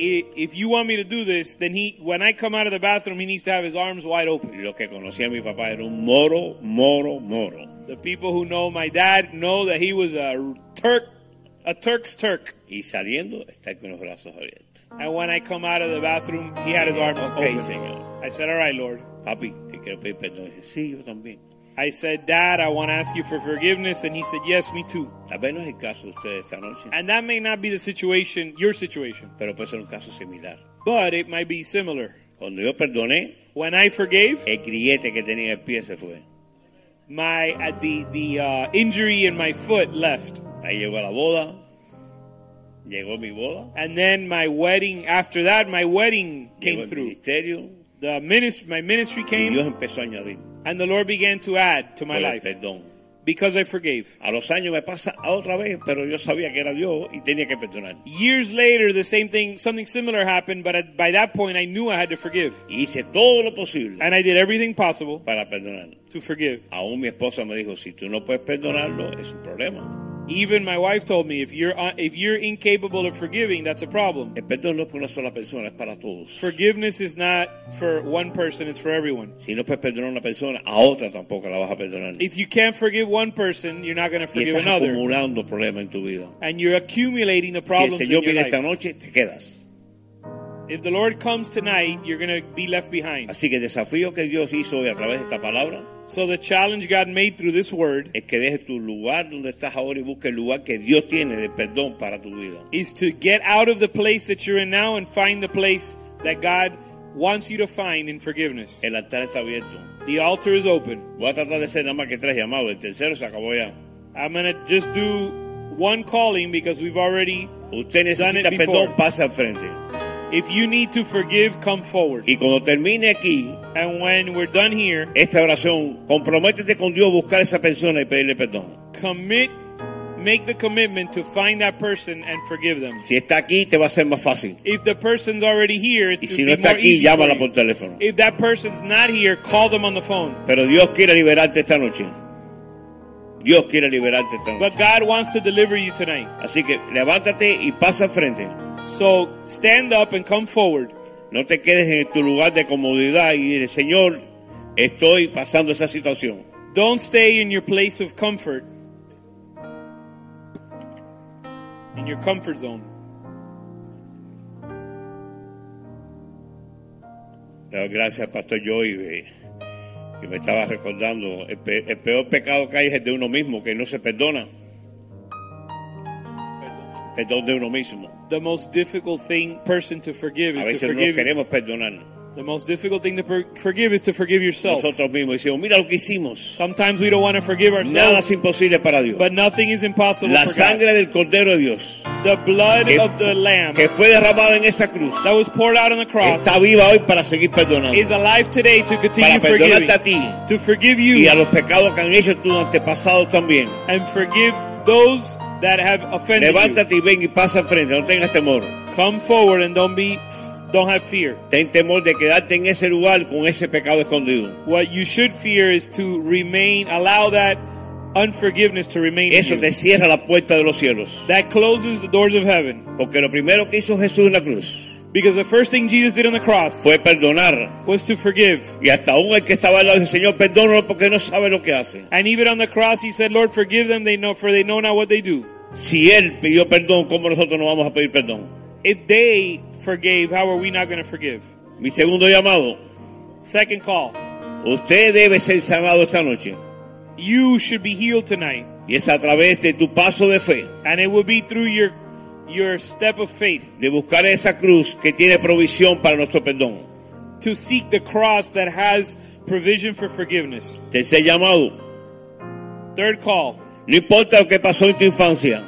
i- if you want me to do this, then he when I come out of the bathroom, he needs to have his arms wide Y open." Lo que conocía a mi papá era un moro, moro, moro. The people who know my dad know that he was a Turk, a Turk's Turk. Y saliendo, está con los brazos abiertos. And when I come out of the bathroom, he had his arms Okay, open. Señor. I said, "All right, Lord." Papi, te quiero pedir perdón. Y Dice, sí, yo también. I said, "Dad, I want to ask you for forgiveness," and he said, "Yes, me too." Tal vez no es el caso de ustedes esta noche, And that may not be the situation, your situation, pero puede ser un caso similar. but it might be similar. Cuando yo perdoné, When I forgave, el grillete que tenía en el pie se fue. my uh, the the uh, injury in my foot left, Ahí llegó la boda. Llegó mi boda. and then my wedding. After that, my wedding Llegó came el through. ministerio. The ministry, my ministry Y Dios came, empezó a añadir. And the Lord began to add to my por el life perdón. because I forgave. A los años me pasa otra vez, pero yo sabía que era Dios y tenía que perdonar. Years later, the same thing, something similar happened, but at, by that point, I knew I had to forgive. Y hice todo lo posible And I did everything possible para perdonar. to forgive. Aún mi esposa me dijo, si tú no puedes perdonarlo, es un problema. Even my wife told me, if you're, uh, if you're incapable of forgiving, that's a problem. El perdón no es para una sola persona, es para todos. Forgiveness is not for one person, it's for everyone. Si no puedes perdonar a una persona, a otra tampoco la vas a perdonar. If you can't forgive one person, you're not going to Y forgive estás another. acumulando problemas en tu vida. And you're accumulating the Si el problems in Señor your viene esta life. noche, te quedas. If the Lord comes tonight, you're going to be left behind. Así que el desafío que Dios hizo hoy a través de esta palabra So the challenge God made through this word es que dejes tu lugar donde estás ahora y busques el lugar que Dios tiene de perdón para tu vida. is to get out of the place that you're in now and find the place that God wants you to find in forgiveness. El altar está abierto. The altar is open. Voy a tratar de hacer nada más que tres llamados. El tercero se acabó ya. I'm going to just do one calling because we've already Usted necesita Done it before. perdón, pase al frente. If you need to forgive, come forward. Y cuando termine aquí And when we're done here, esta oración, comprométete con Dios a buscar a esa persona y pedirle perdón. commit, make the commitment to find that person and forgive them. Si está aquí, te va a ser más fácil. If the person's already here, it Y would si no be está more aquí, easy for llámala you. por teléfono. If that person's not here, call them on the phone. Pero Dios quiere liberarte esta noche. Dios quiere liberarte esta noche. But God wants to deliver you tonight. Así que levántate y pasa al frente. So stand up and come forward. No te quedes en tu lugar de comodidad y dile, Señor, estoy pasando esa situación. Don't stay in your place of comfort, in your comfort zone. Le doy gracias, Pastor Joy, eh, que me estaba recordando. El, pe- el peor pecado que hay es el de uno mismo, que no se perdona. Perdón de uno mismo. The most difficult thing person to forgive A is to veces no nos forgive queremos perdonar. The most difficult thing to per- forgive is to forgive yourself. Nosotros mismos decimos, mira lo que hicimos. Sometimes we don't want to forgive Nada es ourselves, imposible para Dios. but nothing is impossible La for God. sangre del Cordero de Dios, The blood que, of the Lamb que fue derramada en esa cruz, that was poured out on the cross está viva hoy para seguir perdonando. is alive today to continue Para perdonarte a forgiving, ti to forgive y you a los pecados que han hecho tus antepasados también. and forgive those that have offended you. Levántate y ven y pasa al frente, no tengas temor. Come forward and don't be, don't have fear. Ten temor de quedarte en ese lugar con ese pecado escondido. What you should fear is to remain, allow that unforgiveness to remain in Eso you. te cierra la puerta de los cielos. That closes the doors of heaven. Porque lo primero que hizo Jesús en la cruz Because the first thing Jesus did on the cross fue perdonar. was to forgive. Y hasta aún el que estaba al lado dice, Señor, perdónalo porque no sabe lo que hace. And even on the cross, he said, Lord, forgive them, they know, for they know not what they do. Si Él pidió perdón, ¿cómo nosotros no vamos a pedir perdón? If they forgave, how are we not going to forgive? Mi segundo llamado, Second call. usted debe ser sanado esta noche. You should be healed tonight. Y es a través de tu paso de fe, And it will be through your your step of faith de buscar esa cruz que tiene provisión para nuestro perdón. to seek the cross that has provision for forgiveness. Tercer llamado, Third call. No importa lo que pasó en tu infancia.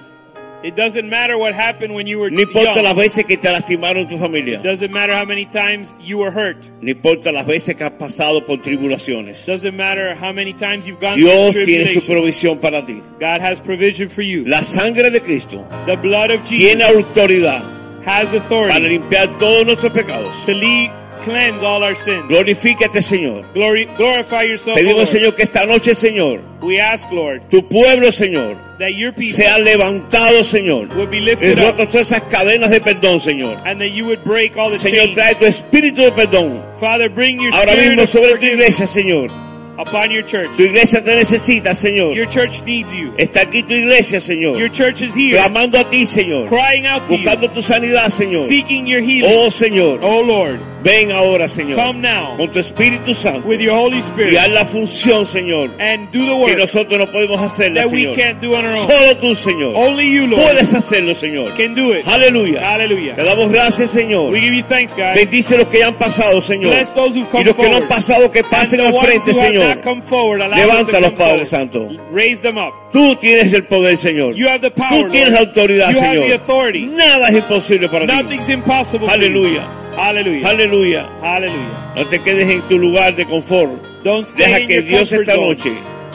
It doesn't matter what happened when you were No importa young. las veces que te lastimaron tu familia. Doesn't matter how many times you were hurt. No importa las veces que has pasado por tribulaciones. Doesn't matter how many times you've gone Dios through tiene su tribulation. provisión para ti. God has provision for you. La sangre de Cristo the blood of tiene Jesus autoridad has para authority limpiar todos nuestros pecados. to lead, cleanse all our sins. Glorifícate, Señor. Glory, glorify yourself, O Pedimos, Lord. Señor, que esta noche, Señor, We ask, Lord, tu pueblo, Señor, that your people sea levantado, Señor. would be Y lifted up roto todas esas cadenas de perdón, Señor. and that you would break all the Señor, chains. trae tu espíritu de perdón Father, bring your ahora spirit mismo of sobre tu forgiveness iglesia, Señor. upon your church. Tu iglesia te necesita, Señor. Your church needs you. Está aquí tu iglesia, Your Señor. church is here, Clamando a ti, Señor. crying out to you, Buscando tu sanidad, Señor. seeking your healing. Oh, Señor. Oh Lord, Ven ahora, Señor. Come now. Con tu Espíritu Santo. with your Holy Y haz Spirit la función, Señor. and do the Que work nosotros no podemos hacerla, that we Señor. can't do on our own. Solo tú, Señor. Only you, Lord, Puedes hacerlo, Señor. can do it. Aleluya. Te Hallelujah. damos gracias, Señor. We give you thanks, God. Bendice los que ya han pasado, Señor. Bless those who've come Y los que no han forward. pasado, que And pasen the al ones frente, who have Señor. not come forward, allow them to Levántalos, come Padre forward. Santo. Raise them up. Tú tienes el poder, Señor. You have the power, Tú tienes la Lord. autoridad, You have the Señor. authority. Nada es imposible para ti. Nothing's impossible. for you. Aleluya. Hallelujah. Aleluya. Hallelujah. No te quedes en tu lugar de confort. Don't stay Deja in que your Dios comfort esta zone. noche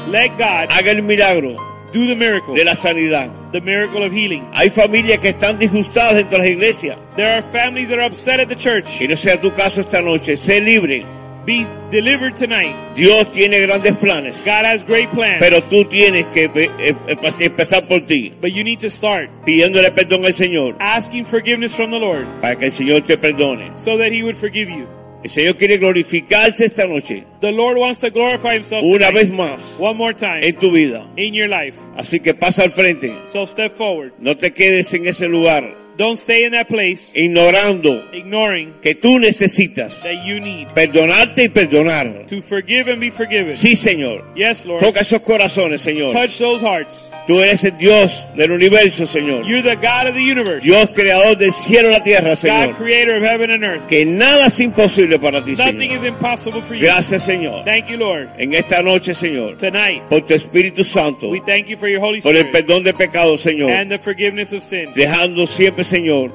Let God haga el milagro do the miracle, de la sanidad. the miracle of healing. Hay familias que están disgustadas dentro de las iglesias. There are families that are upset at the church. Que no sea tu caso esta noche. Sé libre. Be delivered tonight. Dios tiene grandes planes. God has great plans. Pero tú tienes que eh, eh, empezar por ti. but you need to start Pidiéndole perdón al Señor. asking forgiveness from the Lord Para que el Señor te perdone. so that He would forgive you. El Señor quiere glorificarse esta noche. The Lord wants to glorify Himself Una tonight. vez más. one more time En tu vida. in your life. Así que pasa al frente. So step forward. No te quedes en ese lugar. Don't stay in that place Ignorando ignoring que tú necesitas that you need perdonarte y perdonar. to forgive and be forgiven. Sí, Señor. yes, Lord. Toca esos corazones, Señor. Touch those hearts. Tú eres el Dios del universo, Señor. You're the God of the universe. Dios creador del cielo y la tierra, God, Señor. creator of heaven and earth. Que nada es imposible para ti, Nothing is Señor. impossible for you. Gracias, Señor. Thank you, Lord. En esta noche, Señor, Tonight, por tu Espíritu Santo, we thank you for your Holy por el Spirit perdón de pecados, Señor. and the forgiveness of sin. Dejando siempre, Señor,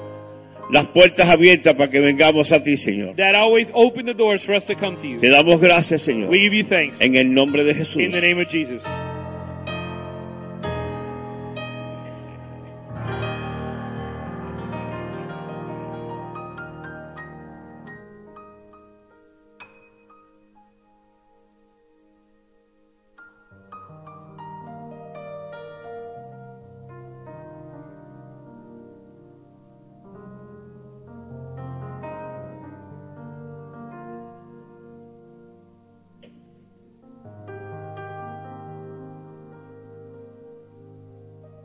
las puertas abiertas para que vengamos a ti, Señor. That always open the doors for us to come to Te you. damos gracias, Señor. We give you thanks. En el nombre de Jesús. In the name of Jesus.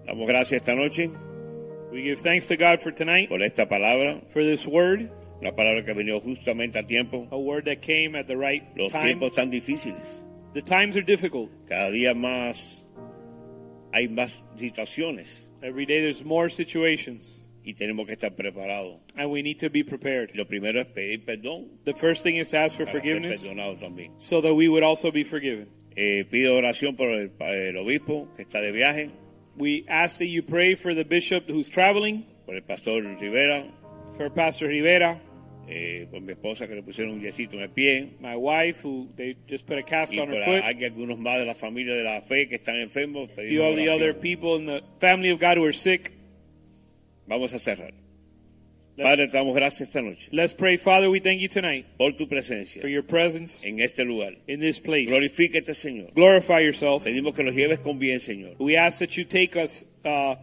Damos gracias esta noche We give thanks to God for tonight, por esta palabra. for this word, Una palabra que ha venido justamente a tiempo. a word that came at the right Los time. tiempos tan difíciles. The times are difficult. Cada día más hay más situaciones Every day there's more situations, y tenemos que estar preparados. and we need to be prepared. Lo primero es pedir perdón The first thing is to ask for para ser forgiveness perdonado también. so that we would also be forgiven. Eh, pido oración por el, pa- el obispo que está de viaje, We ask that you pray for the bishop who's traveling, por el pastor Rivera, for Pastor Rivera, eh, por mi esposa que le pusieron un yesito en el pie my wife, who they just put a cast y on por her a- foot. hay algunos más de la familia de la fe que están enfermos. A pedimos few of the oración. other people in the family of God who are sick. Vamos a cerrar. Let's- Padre, te damos gracias esta noche Let's pray, Father. We thank you tonight por tu presencia for your presence en este lugar. in this place. Glorifícate, Señor. Glorify yourself. Pedimos que los lleves con bien, Señor. We ask that you take us uh,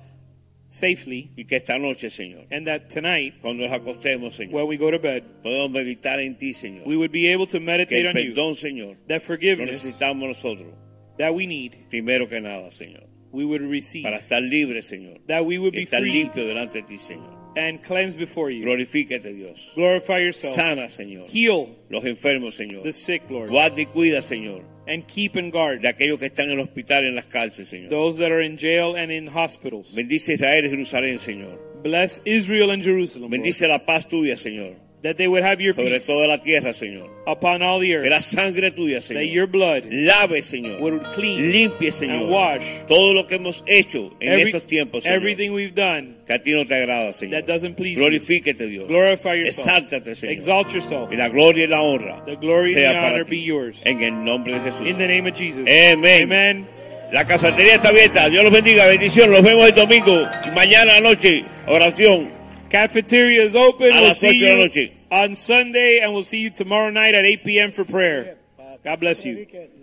safely Y que esta noche, Señor, and that tonight, cuando nos acostemos, Señor, when we go to bed, podemos meditar en ti, Señor. we would be able to Que meditate el on you. perdón, Señor, That lo forgiveness necesitamos nosotros, that we need, primero que nada, Señor, we would para receive. estar libres, Señor, That we would y be estar free limpio delante de ti, Señor. and cleansed before you. Glorifícate, Dios. Glorify yourself. Sana, Señor, Heal los enfermos, Señor. the sick, Lord, Guarda y cuida, Señor, and keep and guard de aquellos que están en el hospital, en las cárceles, Señor. those that are in jail and in hospitals. Bendice Israel y Jerusalén, Señor. Bless Israel and Jerusalem, Lord, Bendice la paz tuya, Señor, that they would have your sobre peace toda la tierra, Señor. upon all the Que earth, la sangre tuya, that your Señor, blood lave, Señor. would clean Limpie, Señor, and wash todo lo que hemos hecho en every- estos tiempos, Señor. everything we've done que a ti no te agrada, Señor. that doesn't please you. Glorifíquete, Dios. Glorify yourself. Exáltate, Señor. Exalt yourself. Y la gloria y la honra The glory and sea the para honor ti. be yours. En el nombre de Jesús. In the name of Jesus. Amén. Amen. La cafetería está abierta. Dios los bendiga. Bendición. Los vemos el domingo. Y mañana noche. Oración. Cafeteria is open. A We'll las ocho see de la you noche. on Sunday, and we'll see you tomorrow night at 8 p.m. for prayer. God bless you. you.